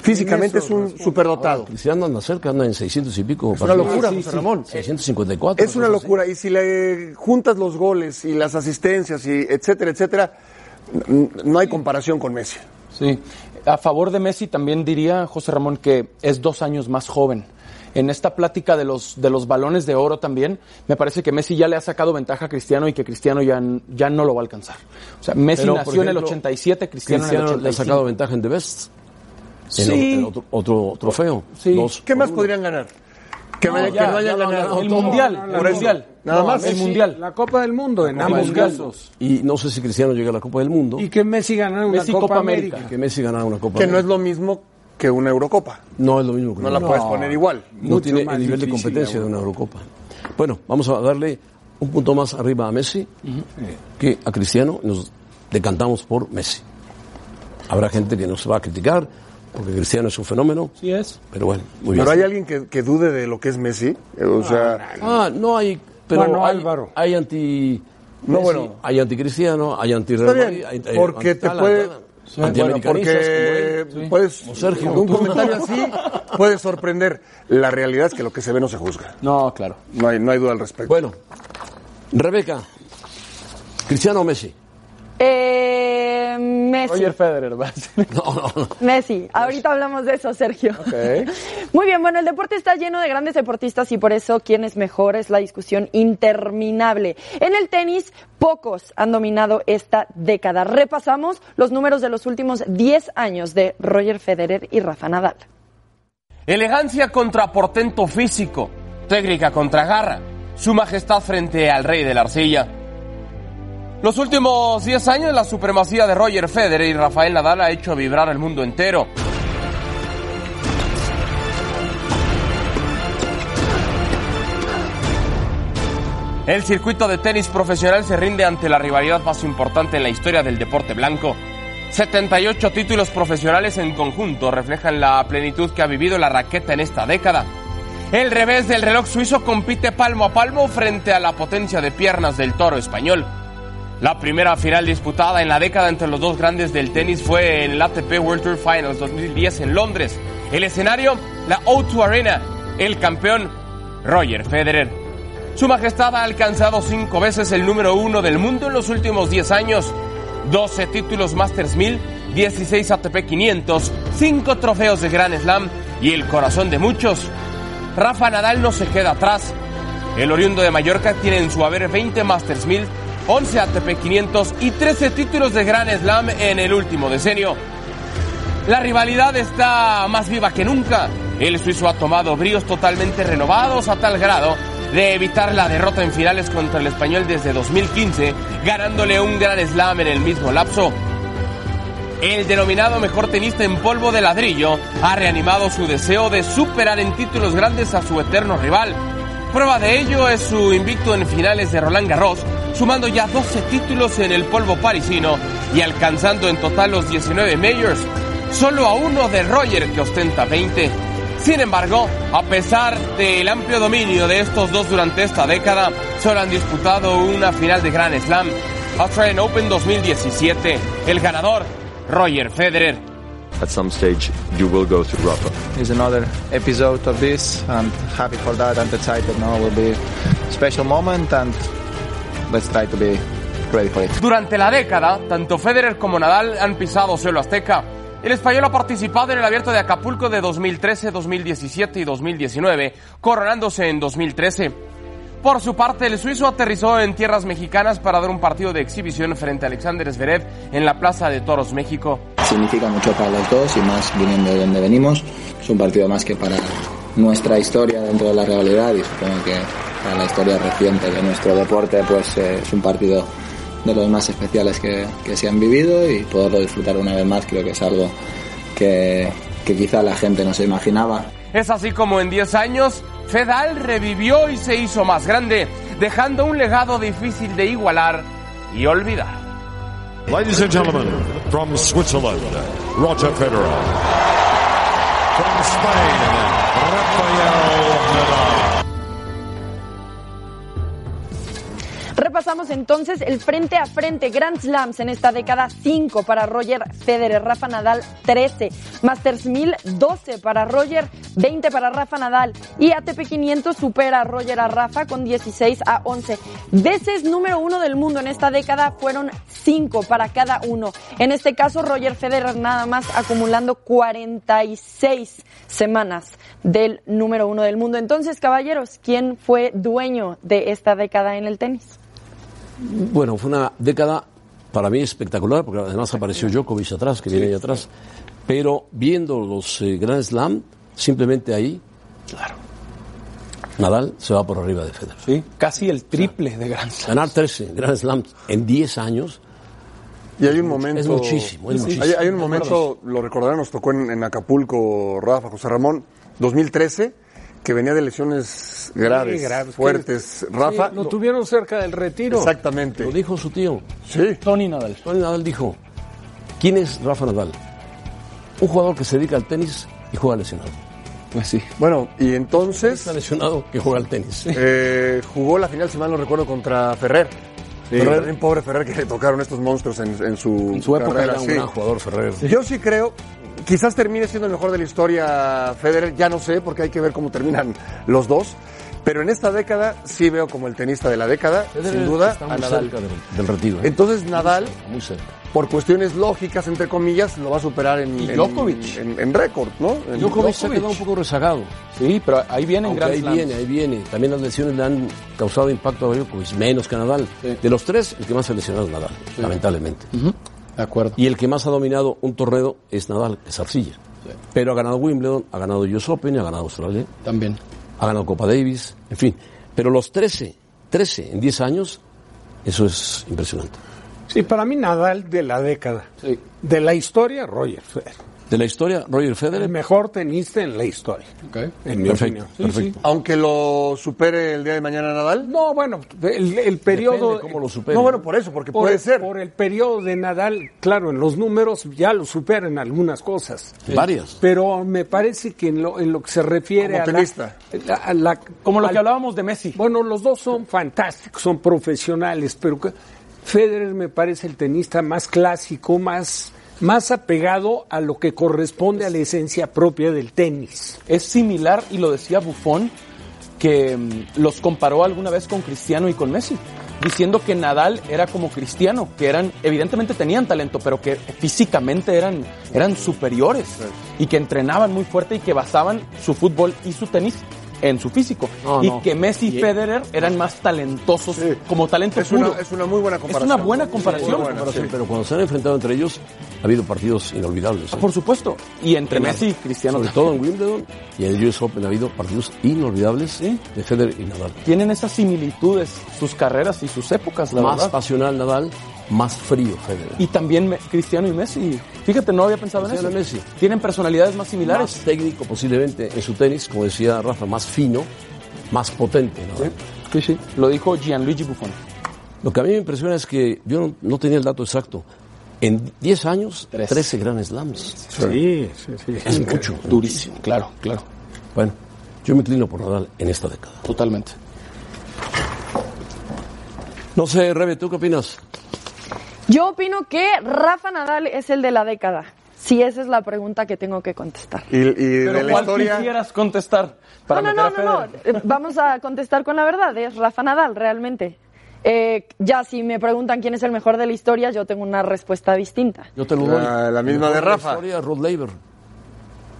C: físicamente es un superdotado.
B: Cristiano anda cerca, anda en 600 y pico.
C: Es una locura, José Ramón.
B: 654.
C: Es una locura. Y si le juntas los goles y las asistencias y etcétera, etcétera, n- no hay comparación con Messi.
H: Sí. A favor de Messi también diría José Ramón que es dos años más joven. En esta plática de los, de los balones de oro también, me parece que Messi ya le ha sacado ventaja a Cristiano y que Cristiano ya, n- ya no lo va a alcanzar. O sea, Messi
B: Pero, por
H: nació en el
B: ejemplo,
H: 87, Cristiano,
B: Cristiano
H: en el
B: le ha
H: 85.
B: sacado ventaja en The Best. En
H: Sí.
B: o- en otro, otro trofeo.
H: Sí.
B: Dos
C: ¿Qué
B: por
C: más
B: uno.
C: podrían ganar? Que,
H: No,
C: vaya- que
H: ya,
C: no hayan
H: ya lo han
C: ganado.
H: ganado. El Mundial,
E: No, no,
H: el
E: no, no.
H: Mundial.
C: Nada más.
E: Messi,
H: el Mundial.
E: La Copa del Mundo en
H: Copa
E: ambos
H: del Mundo.
E: casos.
B: Y no sé si Cristiano llega a la Copa del Mundo.
E: Y que Messi ganara una
H: Messi,
E: Copa,
H: Copa
E: América.
H: América.
B: que Messi ganara una Copa.
C: Que no es lo mismo que una Eurocopa.
B: No es lo mismo que
C: No la
B: no,
C: puedes poner igual.
B: no tiene
E: más
B: el nivel de
E: difícil
B: competencia de una Eurocopa. Bueno, vamos a darle un punto más arriba a Messi eh, que a Cristiano. Nos decantamos por Messi. Habrá gente que nos va a criticar porque Cristiano es un fenómeno.
H: Sí es.
B: Pero bueno, muy bien.
C: Pero hay alguien que, que dude de lo que es Messi. Eh, O sea,
B: Ah, no hay. Pero
E: Bueno,
B: hay,
E: Álvaro.
B: hay anti. No,
C: bueno.
B: Hay anticristiano, hay eh, anti
C: está bien. Porque te puede. Bueno, porque puedes.
B: Sergio.
C: Un comentario así puede sorprender. La realidad es que lo que se ve no se juzga.
H: No, claro.
C: No hay, no hay duda al respecto.
B: Bueno, Rebeca, Cristiano o Messi.
G: Eh, Messi.
H: Roger Federer va a ser.
B: No, no, no.
G: Messi, ahorita hablamos de eso, Sergio. Muy bien, bueno, el deporte está lleno de grandes deportistas y por eso quién es mejor es la discusión interminable. En el tenis, pocos han dominado esta década. Repasamos los números de los últimos 10 años de Roger Federer y Rafa Nadal.
D: Elegancia contra portento físico, técnica contra garra, su majestad frente al rey de la arcilla. Los últimos 10 años la supremacía de Roger Federer y Rafael Nadal ha hecho vibrar el mundo entero. El circuito de tenis profesional se rinde ante la rivalidad más importante en la historia del deporte blanco. 78 títulos profesionales en conjunto reflejan la plenitud que ha vivido la raqueta en esta década. El revés del reloj suizo compite palmo a palmo frente a la potencia de piernas del toro español. La primera final disputada en la década entre los dos grandes del tenis fue en el ATP World Tour Finals 2010 en Londres. El escenario, la O2 Arena. El campeón, Roger Federer. Su Majestad ha alcanzado cinco veces el número uno del mundo en los últimos 10 años. 12 títulos Masters 1000, 16 ATP 500, 5 trofeos de Grand Slam y el corazón de muchos. Rafa Nadal no se queda atrás. El oriundo de Mallorca tiene en su haber 20 Masters 1000, 11 ATP 500 y 13 títulos de Grand Slam en el último decenio. La rivalidad está más viva que nunca. El suizo ha tomado bríos totalmente renovados a tal grado de evitar la derrota en finales contra el español desde 2015, ganándole un gran slam en el mismo lapso. El denominado mejor tenista en polvo de ladrillo ha reanimado su deseo de superar en títulos grandes a su eterno rival. Prueba de ello es su invicto en finales de Roland Garros, sumando ya 12 títulos en el polvo parisino y alcanzando en total los 19 majors, solo a uno de Roger que ostenta 20. Sin embargo, a pesar del amplio dominio de estos dos durante esta década, solo han disputado una final de Grand Slam, Australian Open 2017. El ganador, Roger Federer.
A: at some stage you will go to Rafa.
I: It's another episode of this. I'm happy for that. I'm excited now. It will be a special moment and let's try to be ready for it.
D: Durante la década, tanto Federer como Nadal han pisado suelo azteca.
J: El español ha participado en el Abierto de Acapulco de 2013, 2017 y 2019, coronándose en 2013. Por su parte, el suizo aterrizó en tierras mexicanas para dar un partido de exhibición frente a Alexander Zverev en la Plaza de Toros, México.
K: Significa mucho para los dos y más viniendo de donde venimos. Es un partido más que para nuestra historia dentro de la rivalidad y supongo que para la historia reciente de nuestro deporte, pues eh, es un partido de los más especiales que, que se han vivido y poderlo disfrutar una vez más creo que es algo que, que quizá la gente no se imaginaba.
J: Es así como en 10 años, Fedal revivió y se hizo más grande, dejando un legado difícil de igualar y olvidar.
L: Ladies and gentlemen, from Switzerland, Roger Federer. From Spain, Rafael Nadal.
G: Repasamos entonces el frente a frente Grand Slams en esta década 5 para Roger Federer, Rafa Nadal 13, Masters 1000 12 para Roger, 20 para Rafa Nadal y ATP 500 supera a Roger a Rafa con 16 a 11. Veces número uno del mundo en esta década fueron 5 para cada uno. En este caso Roger Federer nada más acumulando 46 semanas del número uno del mundo. Entonces, caballeros, ¿quién fue dueño de esta década en el tenis?
B: Bueno, fue una década para mí espectacular, porque además apareció Djokovic atrás, que viene ahí atrás. Pero viendo los eh, Grand Slam, simplemente ahí, Nadal se va por arriba de Federer.
D: Sí, casi el triple de Grand Slam.
B: Ganar 13 Grand Slam en 10 años.
C: Y hay un momento.
B: Es muchísimo, es
C: Sí,
B: muchísimo.
C: Hay, hay un
B: De
C: momento, lo recordarán, nos tocó en, en Acapulco, Rafa, José Ramón, 2013, que venía de lesiones graves,
E: Sí, graves,
C: fuertes.
E: que-
C: Rafa.
E: sí, lo tuvieron cerca del retiro.
C: Exactamente. Lo
B: dijo su tío.
C: Sí.
D: Tony Nadal.
B: Tony Nadal dijo, ¿quién es Rafa Nadal? Un jugador que se dedica al tenis y juega lesionado.
D: Pues sí.
C: Bueno, y entonces. Está
B: lesionado que juega al tenis.
C: Eh, jugó la final, si mal no recuerdo, contra Ferrer.
B: Sí.
C: Ferrer, también pobre Ferrer que le tocaron estos monstruos en, en su,
B: En su época
C: carrera,
B: era un
C: sí.
B: gran jugador Ferrer.
C: Yo sí creo, quizás termine siendo el mejor de la historia Federer, ya no sé, porque hay que ver cómo terminan los dos. Pero en esta década sí veo como el tenista de la década,
B: Federer
C: sin duda,
B: está muy
C: a Nadal.
B: cerca del, del retiro. ¿eh?
C: Entonces Nadal,
B: muy cerca.
C: por cuestiones lógicas, entre comillas, lo va a superar en,
D: Y
C: en-
D: Djokovic.
C: en, en récord, ¿no? En-
B: Djokovic se ha quedado un poco rezagado.
D: Sí, pero ahí viene
B: Aunque
D: en Grand
B: ahí
D: Slams.
B: viene, ahí viene. También las lesiones le han causado impacto a Djokovic, menos que a Nadal. De los tres, el que más se ha lesionado es Nadal, lamentablemente.
M: De acuerdo.
B: Y el que más ha dominado un torneo es Nadal, es Arcilla. Pero ha ganado Wimbledon, ha ganado US Open, ha ganado Australia.
M: También.
B: Ha ganado Copa Davis, en fin. Pero los 13, 13 en 10 años, eso es impresionante.
E: Sí, para mí Nadal de la década. De la historia, Roger Federer.
B: De la historia, Roger Federer.
E: El mejor tenista en la historia. En mi
B: Perfecto,
E: opinión. Sí,
B: perfecto.
C: Aunque lo supere el día de mañana Nadal.
E: No, bueno, el, el periodo.
B: Depende cómo lo supere.
E: No,
C: bueno, por eso, porque
E: Por-
C: puede ser.
E: Por el periodo de Nadal, claro, en los números ya lo superan algunas cosas.
B: Sí. Varias.
E: Pero me parece que en lo, en lo que se refiere
C: Como
E: a, la-
C: tenista.
E: a la, a la-
D: Como lo que
E: al-
D: hablábamos de Messi.
E: Bueno, los dos son fantásticos, son profesionales, pero que- Federer me parece el tenista más clásico, más, más apegado a lo que corresponde a la esencia propia del tenis.
D: Es similar, y lo decía Buffon, que mm, los comparó alguna vez con Cristiano y con Messi, diciendo que Nadal era como Cristiano, que eran, evidentemente tenían talento, pero que físicamente eran, eran superiores y que entrenaban muy fuerte y que basaban su fútbol y su tenis en su físico.
B: No,
D: y
B: no.
D: que Messi y
B: Y-
D: Federer eran más talentosos como talento
C: Es
D: puro.
C: una, es una muy buena
D: Es
C: comparación.
D: una buena comparación.
C: Muy buena, sí.
B: Pero cuando se han enfrentado entre ellos, ha habido partidos inolvidables. ¿eh?
D: Por supuesto. Y entre Messi y Cristiano
B: Sobre
D: también.
B: todo en Wimbledon y en el US Open ha habido partidos inolvidables de Federer y Nadal.
D: Tienen esas similitudes, sus carreras y sus épocas, la
B: más
D: verdad.
B: pasional Nadal, más frío Federer.
D: Y también me- Cristiano y Messi. Fíjate, no había pensado en eso.
B: Cristiano y Messi.
D: Tienen personalidades más
B: Más
D: similares.
B: técnico posiblemente en su tenis, como decía Rafa, más fino, más potente. Nadal.
D: Sí, sí. Lo dijo Gianluigi Buffon.
B: Lo que a mí me impresiona es que yo no, no tenía el dato exacto. En 10 años, 13 Grand Slams.
E: Sí, sí, sí.
B: Es mucho.
D: Durísimo. Claro, claro.
B: Bueno, yo me inclino por Nadal en esta década.
D: Totalmente.
B: No sé, Rebe, ¿tú qué opinas?
G: Yo opino que Rafa Nadal es el de la década. Si esa es la pregunta que tengo que contestar.
C: Y, y de
D: Pero
C: la
D: ¿cuál
C: historia.
D: quisieras contestar? Para
G: no,
D: meter
G: no,
D: a
G: no, no, no.
D: Federer?
G: Eh, Vamos a contestar con la verdad. Es Rafa Nadal, realmente. Eh, ya si me preguntan quién es el mejor de la historia, yo tengo una respuesta distinta.
B: Yo te lo doy.
C: La- la misma
B: Mejor
C: de Rafa.
B: historia, Rod Laver.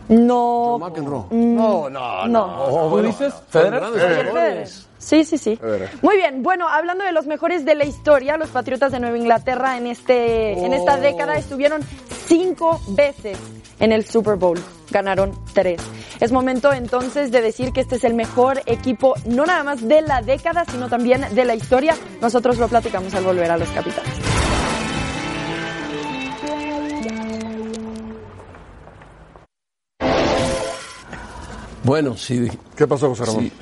G: No. Mm,
B: No,
G: no, no.
B: ¿Tú bueno, dices no. Federer?
G: Son grandes
B: Federer.
G: jugadores. Sí, sí, sí. Muy bien, bueno, hablando de los mejores de la historia, los Patriotas de Nueva Inglaterra en, este, en esta década estuvieron cinco veces en el Super Bowl. Ganaron tres. Es momento entonces de decir que este es el mejor equipo, no nada más de la década, sino también de la historia. Nosotros lo platicamos al volver a los capitanes.
B: Bueno, sí.
C: ¿Qué pasó, José Ramón?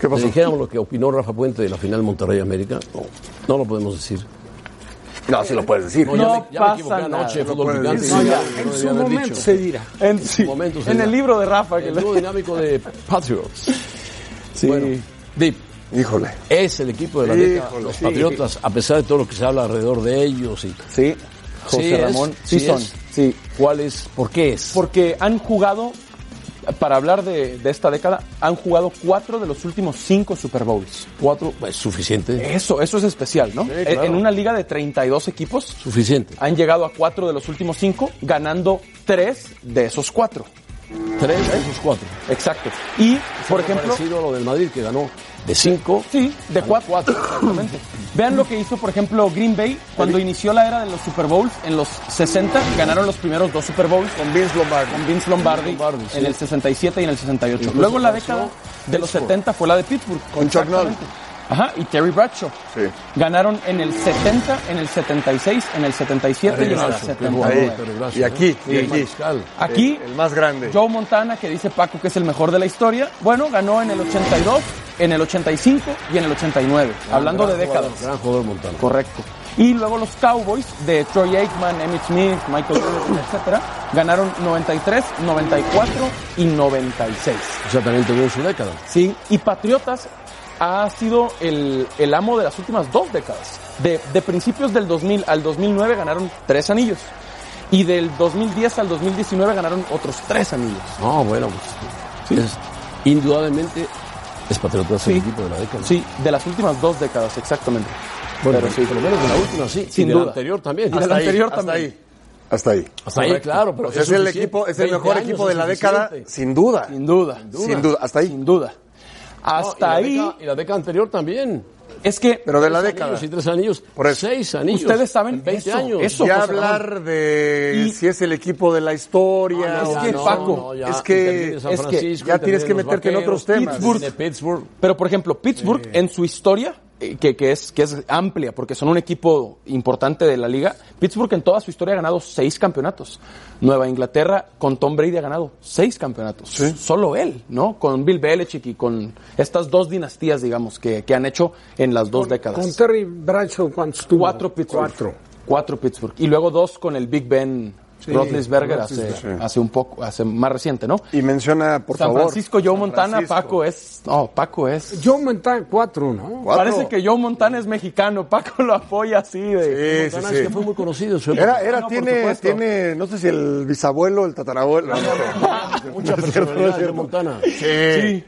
C: ¿Qué pasó?
B: dijéramos lo que opinó Rafa Puente de la final Monterrey-América, no, no lo podemos decir.
C: No, sí lo puedes decir.
B: ya
D: No
B: me- ya me
D: pasa
B: equivoqué anoche,
D: nada.
B: fútbol
D: No puedes
B: picante.
D: decir.
B: ya, no
D: No, ya,
B: debía
D: en su
B: haber
D: momento
B: dicho.
D: se dirá. En, sí,
B: momento se
D: en
B: dirá.
D: el libro de Rafa. que
B: El
D: le-
B: dúo dinámico de Patriots. Bueno, Deep.
C: Híjole.
B: Es el equipo de la
D: Híjole,
B: década. Los
D: sí.
B: Patriotas, a pesar de todo lo que se habla alrededor de ellos. Y...
D: Sí, José
B: es,
D: Ramón, sí son,
B: es.
D: Sí.
B: ¿Cuál es? ¿Por qué es?
D: Porque han jugado, para hablar de, de esta década, han jugado cuatro de los últimos cinco Super Bowls.
B: Cuatro, es Pues suficiente.
D: Eso, eso es especial, ¿no? E,
B: Sí, claro.
D: En una liga de 32 equipos.
B: Suficiente.
D: Han llegado a cuatro de los últimos cinco, ganando tres de esos cuatro.
B: Tres de esos cuatro.
D: Exacto. Y, por ejemplo...
B: parecido a lo del Madrid que ganó de cinco.
D: Sí, de cuatro. exactamente. Vean lo que hizo, por ejemplo, Green Bay cuando inició la era de los Super Bowls en los 60. Ganaron los primeros dos Super Bowls. Con Vince Lombardi. Con Vince Lombardi, en el 67 y en el 68.
B: Incluso
D: Luego la
B: pasó
D: década de los
B: Pittsburgh.
D: 70 fue la de Pittsburgh.
C: Con Chuck Noll.
D: Exactamente. Ajá, y Terry Bradshaw. Ganaron en el 70, en el 76, en el 77 y en el
B: Bradshaw, qué jugador,
D: 79.
B: Terry Bradshaw, Y aquí, ¿no? y Y el aquí. mariscal.
D: Aquí,
B: El-
C: más grande.
D: Joe Montana, que dice Paco que es el mejor de la historia, bueno, ganó en el 82, en el 85 y en el 89. hablando de
B: Ah, Gran
D: décadas.
B: jugador, gran jugador Montana.
D: Correcto. Y luego los Cowboys de Troy Aikman, Emmitt Smith, Michael Jordan, etcétera, ganaron 93, 94 y 96.
B: O sea, también tuvieron su década.
D: Sí, y Patriotas ha sido el, el amo de las últimas dos décadas. De, de principios del 2000 al 2009 ganaron tres anillos. Y del 2010 al 2019 ganaron otros tres anillos.
B: No, bueno, pues. es- indudablemente es Patriotas el equipo de la década.
D: Sí, de las últimas dos décadas, exactamente.
B: Bueno,
D: Pero sí.
B: por lo menos de la última, sí.
D: Sin
B: y de
D: duda.
B: la anterior también.
D: Y de la anterior también.
C: Hasta ahí.
B: Hasta ahí, claro, pero
C: O sea,
B: es
C: es, el
B: suficiente.
C: equipo, es el
B: 20
C: mejor
B: años
C: equipo de
B: es
C: la década,
B: suficiente.
C: sin duda.
D: Sin duda.
C: Sin duda. Hasta ahí.
D: Sin duda.
B: No,
D: Hasta
B: y
D: ahí.
B: la década- y la década anterior también.
D: Es que.
C: Pero de la
B: Tres
C: década.
B: anillos y tres anillos. Seis anillos.
D: Ustedes saben
B: En 20
D: eso,
B: años.
D: eso,
C: ya
D: José Ramón.
C: hablar de si es el equipo de la historia.
B: Ah, no,
C: o-
B: ya,
D: que,
B: no,
D: Paco,
B: no, ya.
C: es
B: Y
C: que,
B: también de San
C: es que
B: Francisco,
C: ya
B: y
C: tienes
B: también
C: que
B: de los
C: meterte en otros
B: vaqueros.
C: temas.
D: Pittsburgh.
B: De Pittsburgh.
D: Pero, por ejemplo, Pittsburgh, en su historia, eh, que, que es, que es amplia, porque son un equipo importante de la liga, Pittsburgh en toda su historia ha ganado seis campeonatos. Nueva Inglaterra, con Tom Brady, ha ganado seis campeonatos. Solo él, ¿no? Con Bill Belichick y con estas dos dinastías, digamos, que, que han hecho en las dos décadas.
E: Con Terry Bradshaw, ¿cuántos tuvo?
D: Cuatro Pittsburgh.
E: Cuatro.
D: Cuatro Pittsburgh. Y luego dos con el Big Ben
E: Sí,
D: Roethlisberger hace,
E: Roethlisberger.
D: hace un poco, hace más reciente, ¿no?
C: Y menciona, por
D: San
C: favor.
D: Francisco, Joe Montana,
C: Francisco.
D: Paco es. No, Paco es.
E: Joe Montana, cuatro, ¿no?
C: Cuatro.
D: Parece que Joe Montana es mexicano. Paco lo apoya así de.
C: Sí, sí,
B: Montana
C: sí.
B: es que fue muy conocido. en su época.
C: Era, era,
D: No, por
C: tiene,
D: supuesto.
C: tiene, no sé si el bisabuelo, el tatarabuelo. no,
B: mucha personalidad de Montana.
C: sé.
D: Sí.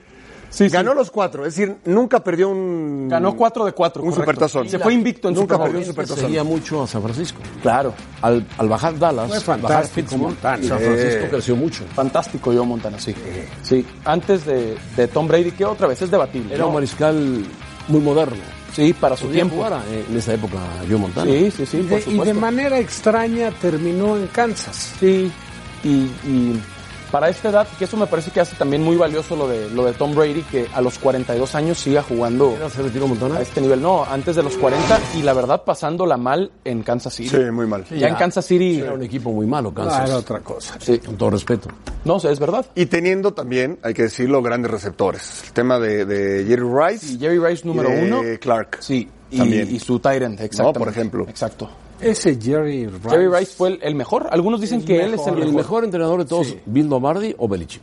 D: Sí, sí.
C: Ganó los cuatro, es decir, nunca perdió un.
D: Ganó 4 de 4.
C: Un supertazón.
D: Se fue invicto en
C: Nunca
D: Super Bowl.
C: perdió un
B: Este
C: supertazón.
B: seguía mucho a San Francisco.
D: Claro.
B: Al, al bajar Dallas,
E: Fue
B: bajar
E: fantástico,
B: Pittsburgh,
E: Montana.
B: San Francisco creció mucho.
D: Fantástico Joe Montana, sí.
E: Eh,
D: Sí. Antes de, de Tom Brady, que otra vez es debatible.
B: Era
D: ¿no?
B: un mariscal muy moderno.
D: Sí, para su
B: Podía
D: tiempo.
B: jugar a- eh, en esa época Joe Montana.
D: Sí, sí, sí,
E: Y
D: por
E: de, y
D: supuesto.
E: de manera extraña terminó en Kansas.
D: Sí, y, y para esta edad, que eso me parece que hace también muy valioso lo de, lo de Tom Brady, que a los 42 años siga jugando
B: ¿Era se retiró Montana?
D: a este nivel. No, antes de los 40 y la verdad pasándola mal en Kansas City.
C: Sí, muy mal.
D: ya en Kansas City,
B: Era un equipo muy malo,
E: Ah,
B: Kansas.
E: era otra cosa.
B: Con todo respeto.
D: no sé, es verdad.
C: Y teniendo también, hay que decirlo, grandes receptores. El tema de, de Jerry Rice.
D: Y Jerry Rice número
C: y de
D: uno.
C: Clark.
D: Sí, y,
C: También.
D: y su Tyrant, exactamente.
C: por ejemplo.
D: Exacto.
E: Ese Jerry Rice.
D: Jerry Rice fue el, el mejor. Algunos dicen que él es el
B: ¿El
D: mejor.
B: mejor entrenador de todos, Bill Lombardi o Belichick?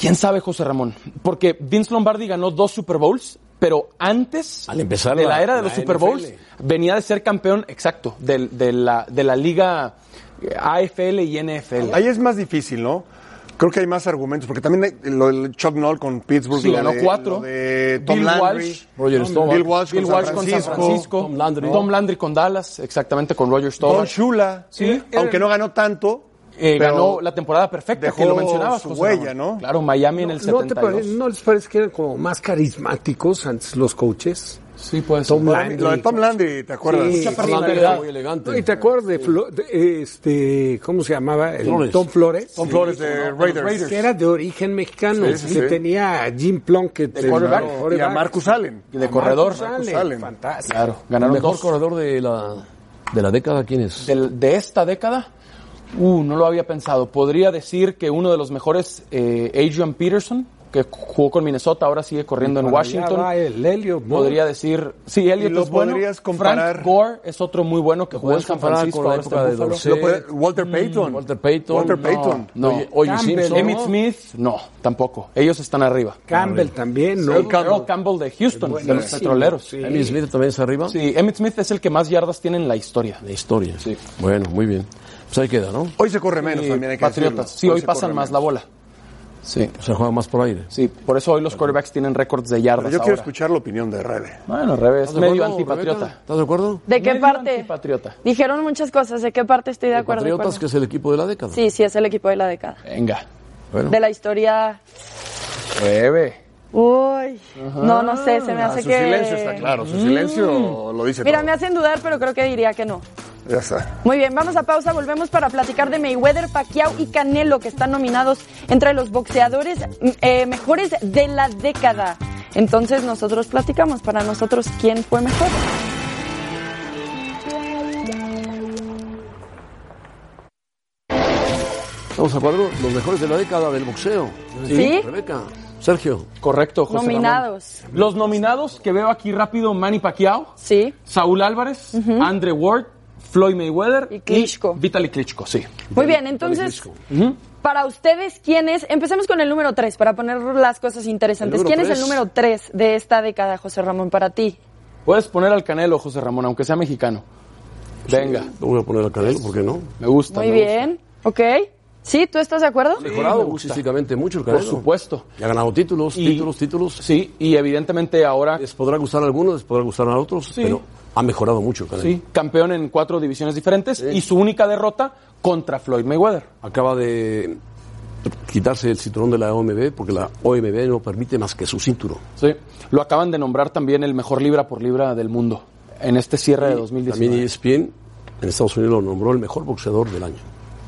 D: ¿Quién sabe, José Ramón? Porque Vince Lombardi ganó dos Super Bowls, pero antes
B: Al empezar
D: de la,
B: la-
D: era de
B: la
D: los Super Bowls,
B: NFL.
D: venía de ser campeón, exacto, del- de, la, de la liga eh, AFL y NFL.
C: Ahí es más difícil, ¿no? Creo que hay más argumentos, porque también hay lo del Chuck Noll con Pittsburgh.
D: Sí,
C: lo
D: ganó
C: de-
D: cuatro.
C: lo de Tom
D: Bill
C: Landry.
D: Walsh,
C: Bill Walsh con
D: Bill
C: San
D: Walsh con San
C: Francisco.
D: Francisco. Tom Landry. con Dallas, exactamente, con Roger Staubach.
C: Don Shula, ¿eh?
D: Sí.
C: aunque no ganó tanto,
D: Eh,
C: pero
D: ganó la temporada perfecta,
C: dejó
D: que lo mencionabas,
C: su
D: José
C: huella,
D: Ramón.
C: ¿no?
D: Claro, Miami en el
E: ¿No, te
D: 72.
E: pare- ¿No les parece que eran como más carismáticos antes los coaches?
D: Sí, pues.
E: Tom
C: Lo de-
E: Landry.
C: lo de Tom Landry, ¿te acuerdas? Mucha personalidad.
B: Muy elegante.
E: No, ¿Y te acuerdas de, Flo- de, este, cómo se llamaba? El
B: Flores.
E: Tom Flores.
C: Tom Flores de Raiders.
E: Que era de origen mexicano,
C: Sí, sí,
E: que
C: sí.
E: tenía a Jim Plunkett.
C: De
E: el
C: quarterback.
E: quarterback.
C: Y a Marcus Allen.
E: A
C: De
E: Marcus
C: corredor.
E: Allen,
C: Marcus Allen.
E: Fantástico.
D: Claro,
B: ¿El
D: ganaron
B: mejor
D: dos.
B: corredor de la, de la década quién es?
D: Del- de esta década, uh, no lo había pensado. Podría decir que uno de los mejores, eh, Adrian Peterson, que jugó con Minnesota, ahora sigue corriendo en
E: Para allá
D: Washington.
E: va el Elliot Moore.
D: Podría decir, sí, Elliot
C: Y eh. lo
D: es bueno.
C: podrías comparar-
D: Frank Gore es otro muy bueno que jugó en
B: Puedes
D: San
B: comparar
D: Francisco.
B: con la
D: ahora está
B: época
D: en
B: de
D: Buffalo.
B: Dorsey,
C: puede- Walter
D: Mm,
C: Payton.
B: Walter Payton.
C: Walter
B: no,
C: Payton.
B: No,
D: No.
B: Oye, oye,
E: Campbell,
B: Simpson.
D: Emmitt Smith, no, tampoco. Ellos están arriba.
E: Campbell también, ¿no?
D: Earl Campbell, de Houston, de los
E: Buenísimo,
D: petroleros.
E: sí.
B: Emmitt Smith también es arriba.
D: Sí, Emmitt Smith es el que más yardas tiene en la historia.
B: La historia. Bueno, muy bien. Pues ahí queda, ¿no?
C: Hoy se corre menos también, hay que
D: Patriotas.
C: decirlo.
D: Sí, hoy
C: se
D: pasan
C: corre
D: más
C: menos.
D: la bola. Sí,
B: Se juega más por aire.
D: sí. Por eso hoy los quarterbacks tienen récords de yardas.
C: Pero yo quiero
D: ahora.
C: escuchar la opinión de Rebe.
D: Bueno, al revés,
B: ¿Estás de
D: medio
B: acuerdo, Rebeca?
D: antipatriota.
B: ¿Estás de acuerdo?
G: ¿De qué
D: Medio
G: parte?
D: Antipatriota.
G: Dijeron muchas cosas. ¿De qué parte estoy de acuerdo? de
B: Patriotas, que
G: acuerdo?
B: es el equipo de la década.
G: Sí, sí, es el equipo de la década.
D: Venga.
B: Bueno,
G: De la historia.
D: Nueve.
G: Uy. No, no sé, se me hace
C: Ah, su
G: que.
C: silencio está claro,
D: Mm.
C: su silencio lo dice
G: Mira,
C: todo.
G: me hacen dudar, pero creo que diría que no.
C: Ya está.
G: Muy bien, vamos a pausa, volvemos para platicar de Mayweather, Pacquiao y Canelo, que están nominados entre los boxeadores mm, eh, mejores de la década. Entonces nosotros platicamos para nosotros quién fue mejor.
B: vamos a cuadrar los mejores de la década del boxeo.
G: ¿Sí?
B: Rebeca, Sergio.
D: Correcto, José
G: Nominados.
D: Ramón. Los nominados que veo aquí rápido, Manny Pacquiao,
G: Sí.
D: Saúl Álvarez, Andre Ward, Floyd Mayweather
G: Y Klitschko.
D: Vitaly Klitschko, sí.
G: Muy bien, entonces, para ustedes, ¿quién es? Empecemos con el número 3, para poner las cosas interesantes.
B: El número
G: ¿Quién es
B: tres.
G: el número 3 de esta década, José Ramón, para ti?
D: Puedes poner al Canelo, José Ramón, aunque sea mexicano. Venga,
B: Lo voy a poner a Canelo, ¿por qué no?
D: me gusta.
G: Muy
D: me gusta.
G: bien, ¿ok? ¿Sí? ¿Tú estás de acuerdo?
B: Mejorado
D: me gusta.
B: físicamente mucho el
D: Por
B: Canelo.
D: supuesto.
B: Y ha ganado títulos,
D: Y-
B: títulos, títulos.
D: Sí, y evidentemente ahora
B: Les podrá gustar a algunos, les podrá gustar a otros, pero ha mejorado mucho el Canelo.
D: sí, campeón en cuatro divisiones diferentes y su única derrota contra Floyd Mayweather.
B: Acaba de quitarse el cinturón de la OMB porque la OMB no permite más que su cinturón.
D: Sí. Lo acaban de nombrar también el mejor libra por libra del mundo en este cierre de 2019.
B: También E ESPN en Estados Unidos lo nombró el mejor boxeador del año.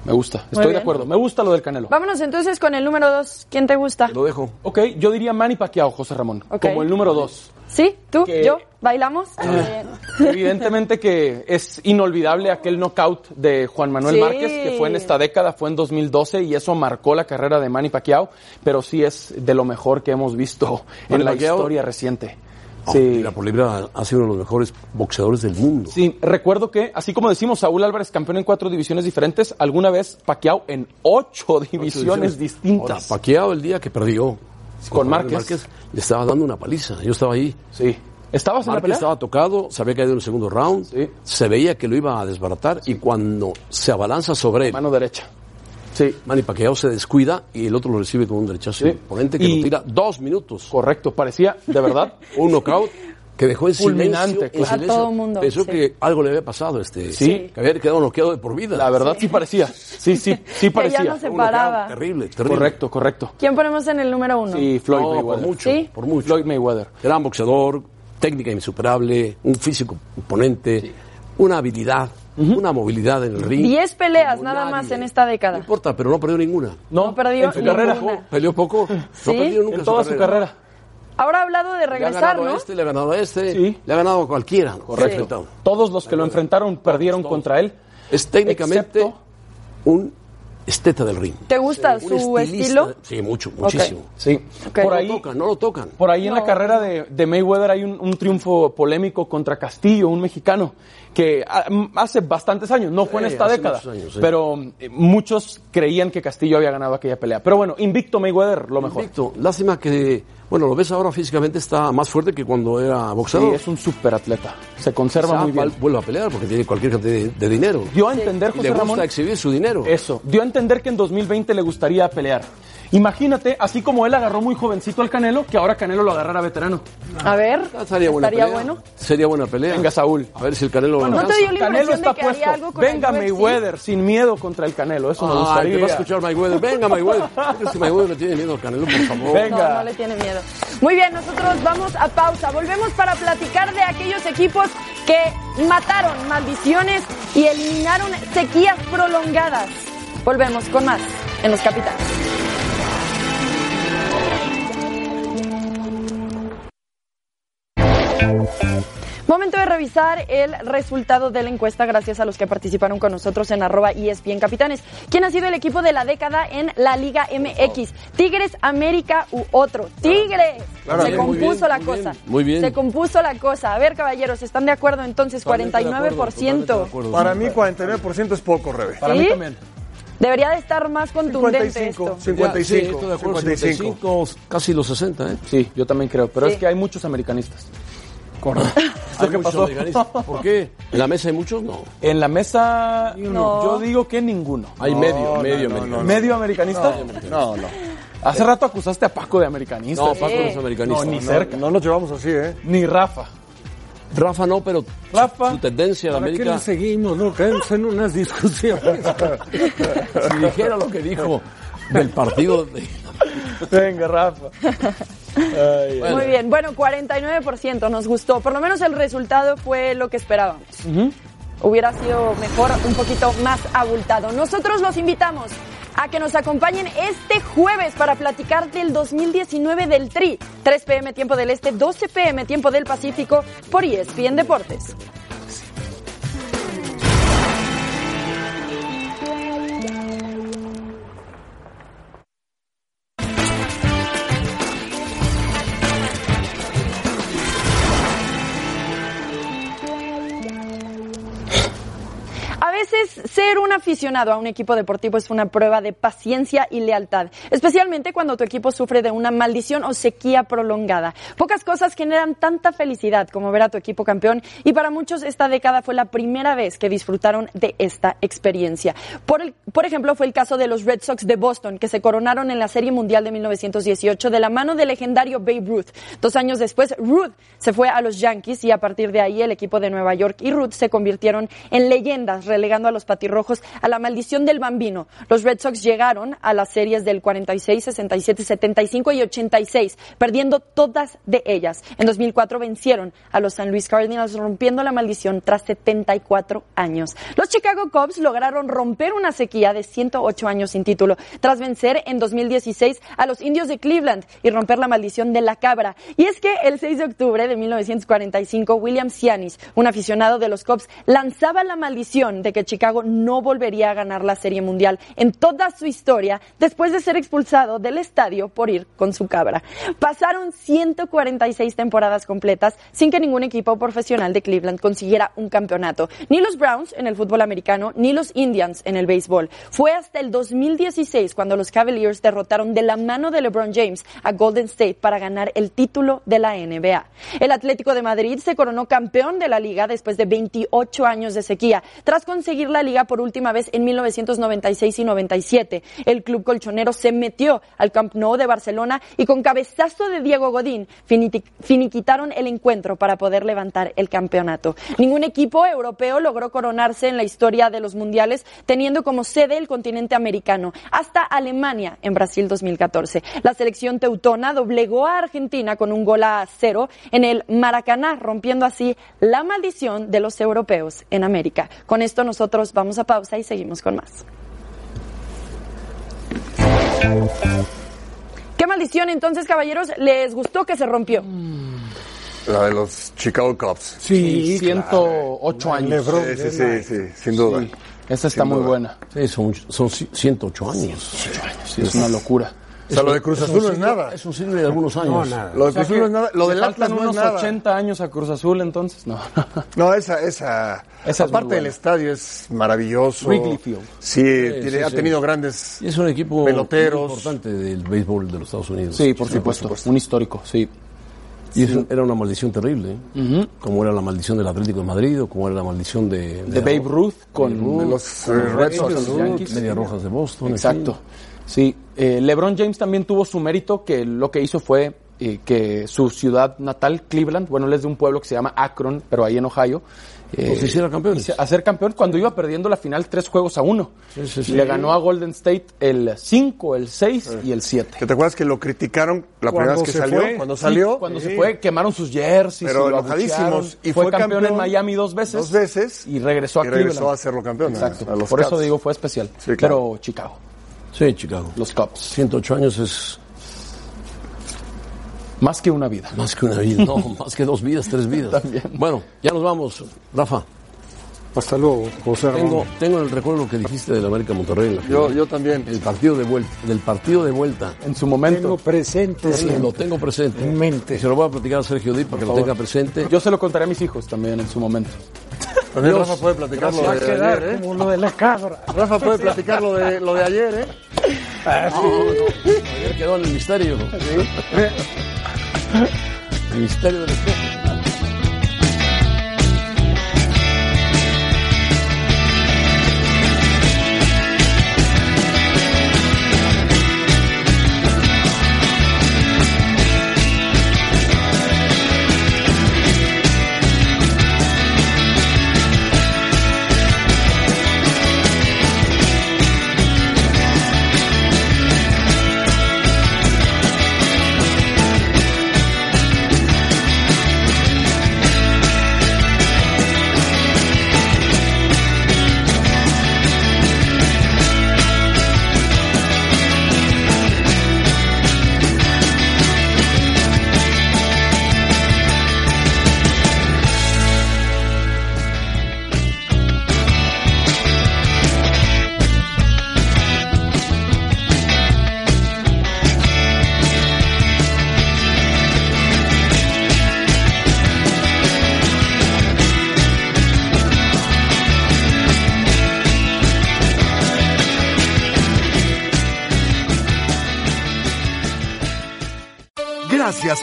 D: Me gusta, estoy de
G: bien.
D: acuerdo. Me gusta lo del Canelo.
G: Vámonos entonces con el número 2. ¿Quién te gusta?
B: Lo dejo.
D: Ok, yo diría Manny Pacquiao, José Ramón,
G: Ok.
D: como el número dos.
G: ¿Sí? ¿Tú?
D: Que-
G: ¿Yo? ¿Bailamos? Muy bien.
D: Evidentemente que es inolvidable aquel knockout de Juan Manuel
G: Sí.
D: Márquez, que fue en esta década, fue en 2012, y eso marcó la carrera de Manny Pacquiao, pero sí es de lo mejor que hemos visto
B: Manny
D: en la
B: Pacquiao.
D: historia reciente.
B: Oh,
D: Sí.
B: Libra por libra ha sido uno de los mejores boxeadores del mundo.
D: Sí, recuerdo que, así como decimos, Saúl Álvarez campeón en cuatro divisiones diferentes, alguna vez Pacquiao en ocho divisiones
B: Ahora,
D: distintas.
B: Paqueado el día que perdió
D: Con
B: Manuel
D: Márquez.
B: le estaba dando una paliza. Yo estaba ahí.
D: Sí. ¿Estabas en la
B: Márquez
D: pelea?
B: estaba tocado, se había caído en el segundo round,
D: Sí.
B: se veía que lo iba a desbaratar y cuando se abalanza sobre él,
D: Mano derecha. Sí.
B: Manny Pacquiao se descuida y el otro lo recibe con un derechazo
D: Sí.
B: imponente que
D: Y-
B: lo tira dos minutos.
D: Correcto, parecía, de verdad.
B: Un knockout que dejó en
D: Fulminante,
B: silencio. en
D: claro.
G: A
B: silencio.
G: todo mundo,
B: Pensó
G: sí.
B: que algo le había pasado a este.
D: Sí.
B: Que había quedado bloqueado de por vida.
D: La verdad sí, parecía. Sí, sí, sí
G: Que ya
D: parecía.
G: no se
B: Un knockout
G: paraba.
B: Terrible, terrible.
D: Correcto, correcto.
G: ¿Quién ponemos en el número 1?
D: Sí, Floyd
B: No, por
D: Mayweather.
B: mucho,
G: Sí.
B: por mucho.
D: Floyd Mayweather.
B: Gran boxeador, técnica insuperable, un físico imponente, una habilidad, una movilidad en el ring.
G: 10 peleas
B: Como
G: nada
B: nadie.
G: más en esta
B: No
G: década.
B: importa, pero no perdió ninguna.
D: No,
G: No perdió
D: en su
G: ninguna.
D: carrera.
G: Una.
B: Peleó poco.
G: ¿Sí?
B: No perdió nunca
D: En toda su carrera.
G: Ahora ha hablado de
B: Le ha
G: regresar,
B: ganado a
G: ¿no?
B: este, le ha ganado a este,
D: Sí.
B: le ha ganado a cualquiera.
D: Correcto. Todos los que lo enfrentaron perdieron contra él.
B: Es técnicamente
D: Excepto-
B: un esteta del ring.
G: ¿Te gusta
B: Un
G: su
B: estilista-
G: estilo?
B: Sí, mucho, muchísimo.
D: Sí.
G: Ok.
D: Por
B: No
D: ahí
B: lo tocan, no lo tocan.
D: Por ahí en la carrera de, de Mayweather hay un, un triunfo polémico contra Castillo, un mexicano, que ah, m- hace bastantes años, no fue en
B: Sí,
D: esta
B: hace
D: década,
B: muchos años, sí.
D: pero eh, muchos creían que Castillo había ganado aquella pelea. Pero bueno, invicto Mayweather, lo mejor.
B: Invicto. Lástima que, bueno, lo ves ahora físicamente está más fuerte que cuando era boxeador.
D: Sí, es un superatleta. Se conserva muy bien.
B: Vuelve a pelear porque tiene cualquier cantidad de, de dinero.
D: Dio a entender,
B: Y
D: José
B: le gusta
D: Ramón.
B: exhibir su dinero.
D: Eso. Dio a entender que en 2020 le gustaría pelear. Imagínate, así como él agarró muy jovencito al Canelo, que ahora Canelo lo agarrara veterano.
G: A ver,
D: Estaría buena
G: estaría
D: pelea.
G: bueno.
B: Sería buena pelea. Venga,
D: Saúl.
B: A ver si el Canelo lo
G: ¿No te
B: alcanza.
G: dio la
D: Canelo
G: impresión
D: está
G: de que haría
D: puesto.
G: algo con
D: Venga
G: el UFC?
D: Mayweather, sin miedo contra el Canelo. Eso me
B: Ay,
D: gustaría.
B: te va a escuchar Mayweather. Venga, Mayweather. Es que Mayweather le tiene miedo al Canelo, por favor.
G: No, no le tiene miedo. Muy bien, nosotros vamos a pausa. Volvemos para platicar de aquellos equipos que mataron maldiciones y eliminaron sequías prolongadas. Volvemos con más en Los Capitanes. Momento de revisar el resultado de la encuesta gracias a los que participaron con nosotros en arroba E ESPN Capitanes. ¿Quién ha sido el equipo de la década en la Liga MX? ¿Tigres, América u otro? ¡Tigres!
B: Claro,
G: Se
B: bien, muy
G: compuso
B: bien,
G: la
B: muy
G: cosa.
B: bien, muy bien.
G: Se compuso la cosa. A ver, caballeros, ¿están de acuerdo entonces?
C: Totalmente de acuerdo,
G: 49%.
C: Para mí 49% es poco, Rebe.
G: Para mí ¿Sí? también. Debería de estar más contundente esto.
C: 55,
B: Sí, estoy de acuerdo,
C: 55.
B: 55, pues, casi los 60, ¿eh?
D: Sí, yo también creo. Pero
G: Sí.
D: es que hay muchos americanistas. Correcto.
B: Hay muchos americanistas. ¿Por qué? ¿En la mesa hay muchos? No.
D: En la mesa,
B: No.
D: yo digo que ninguno.
B: Hay No, medio, no, medio no, americanista. no, no.
D: ¿Medio americanista?
C: No, no.
D: Hace rato acusaste a Paco de americanista.
B: No, Paco no es americanista.
D: No, ni
B: No,
D: cerca.
C: No nos llevamos así, ¿eh?
D: Ni Rafa.
B: Rafa no, pero
D: Rafa,
B: su tendencia de
E: ¿Para qué
B: América.
E: le seguimos? No, caemos en unas discusiones.
B: Si dijera lo que dijo del partido de
D: Venga, Rafa. Ay, ay.
G: Muy bien, bueno, 49% nos gustó. Por lo menos el resultado fue lo que esperábamos. hubiera sido mejor un poquito más abultado. Nosotros los invitamos a que nos acompañen este jueves para platicar del 2019 del Tri. 3 pm tiempo del Este, 12 pm tiempo del Pacífico por E ESPN Deportes. A veces ser un aficionado a un equipo deportivo es una prueba de paciencia y lealtad, especialmente cuando tu equipo sufre de una maldición o sequía prolongada. Pocas cosas generan tanta felicidad como ver a tu equipo campeón y para muchos esta década fue la primera vez que disfrutaron de esta experiencia. Por, el- por ejemplo, fue el caso de los Red Sox de Boston, que se coronaron en la Serie Mundial de 1918 de la mano del legendario Babe Ruth. Dos años después, Pues Ruth se fue a los Yankees y a partir de ahí el equipo de Nueva York y Ruth se convirtieron en leyendas, relegando a los patirrojos a la maldición del bambino. Los Red Sox llegaron a las series del 46, 67, 75 y 86, perdiendo todas de ellas. En 2004 vencieron a los San Luis Cardinals, rompiendo la maldición tras 74 años. Los Chicago Cubs lograron romper una sequía de 108 años sin título, tras vencer en 2016 a los indios de Cleveland y romper la maldición de la cabra. Y es que el 6 de octubre de 1945, William Sianis, un aficionado de los Cubs, lanzaba la maldición de que Chicago no volvería a ganar la Serie Mundial en toda su historia después de ser expulsado del estadio por ir con su cabra. Pasaron 146 temporadas completas sin que ningún equipo profesional de Cleveland consiguiera un campeonato. Ni los Browns en el fútbol americano, ni los Indians en el béisbol. Fue hasta el 2016 cuando los Cavaliers derrotaron de la mano de LeBron James a Golden State para ganar el título de la NBA. El Atlético de Madrid se coronó campeón de la liga después de 28 años de sequía, tras conseguir la liga por última vez en 1996 y 97. El club colchonero se metió al Camp Nou de Barcelona y con cabezazo de Diego Godín finiti- finiquitaron el encuentro para poder levantar el campeonato. Ningún equipo europeo logró coronarse en la historia de los mundiales, teniendo como sede el continente americano, hasta Alemania en Brasil 2014. La selección teutona doblegó a Argentina con un gol a cero en el Maracaná, rompiendo así la maldición de los europeos en América. Con esto nosotros vamos a pausa y seguimos con más. ¿Qué maldición entonces, caballeros? ¿Les gustó que se rompió?
C: La de los Chicago Cubs.
D: Sí, 108 años.
C: Sí, sí, sí, sí, sin duda.
D: Esa está
C: Sin
D: muy
C: duda.
D: buena.
B: Sí, son, son ci- 108 años.
D: Sí, es una locura.
C: O sea, lo de Cruz
B: Es un
C: Azul no es
B: siglo-
C: nada.
B: Es un siglo de algunos años.
C: No, nada. Lo de Cruz Azul no es nada. Lo
D: ¿le
C: del
D: faltan
C: Atlas no es
D: unos
C: nada.
D: 80 años a Cruz Azul entonces? No.
C: No, esa, esa,
D: Esa es
C: esa
D: muy
C: parte
D: buena.
C: del estadio es maravilloso.
D: Wrigley Field.
C: Sí, tiene-
B: sí,
C: ha
B: sí.
C: tenido grandes
B: Y es un equipo
C: peloteros.
B: muy importante del béisbol de los Estados Unidos.
D: Sí, por supuesto,
B: Un histórico, sí. Y es un- era una maldición terrible, ¿eh? como era la maldición del Atlético de Madrid o como era la maldición de,
D: De Babe Ruth con
B: Ruth,
D: los,
B: con
D: eh,
B: los
D: Red Sox,
B: Yankees,
D: los Yankees.
B: Medias Rojas de Boston.
D: Exacto. Sí, eh, LeBron James también tuvo su mérito, que lo que hizo fue eh, que su ciudad natal, Cleveland, bueno, él es de un pueblo que se llama Akron, pero ahí en Ohio. eh,
B: Los hiciera
D: campeones. Hacer campeón cuando iba perdiendo la final tres juegos a uno.
B: Sí, sí, sí.
D: Le ganó a Golden State el 5, el 6 y el 7.
C: ¿Te acuerdas que lo criticaron la primera vez que salió? Cuando salió.
D: cuando
C: Sí.
D: se fue, quemaron sus jerseys.
C: Pero
D: y lo
C: enojadísimos.
D: abuchearon. fue, campeón, en Miami dos veces.
C: Dos veces.
D: Y regresó a
C: y regresó
D: Cleveland.
C: a hacerlo campeón.
D: Exacto.
C: a los
D: Por eso
C: Cavs.
D: digo, fue especial.
C: Sí, claro.
D: Pero Chicago.
B: Sí, Chicago.
D: Los Cubs.
B: 108 años es...
D: Más que una vida.
B: Más que una vida, no, más que dos vidas, tres vidas. Bueno, ya nos vamos, Rafa.
E: Hasta luego, José
B: Tengo,
E: Ramón.
B: tengo en el recuerdo lo que dijiste del América Monterrey. en la
E: Yo-
B: final. El partido de vuelta, del partido de vuelta.
D: En su momento.
E: Tengo presente.
B: Lo tengo presente.
E: En mente.
B: Y se lo voy a platicar a Sergio Díaz para que lo
D: favor.
B: tenga presente.
D: Yo se lo contaré a mis hijos también en su momento.
C: También Rafa puede platicar lo
E: Va a
C: de
E: quedar
C: ayer, ¿eh?
E: como lo de la cabra.
C: Rafa puede platicar lo de, lo de ayer, ¿eh?
B: Ayer quedó en el misterio. El misterio del espejo.
A: Gracias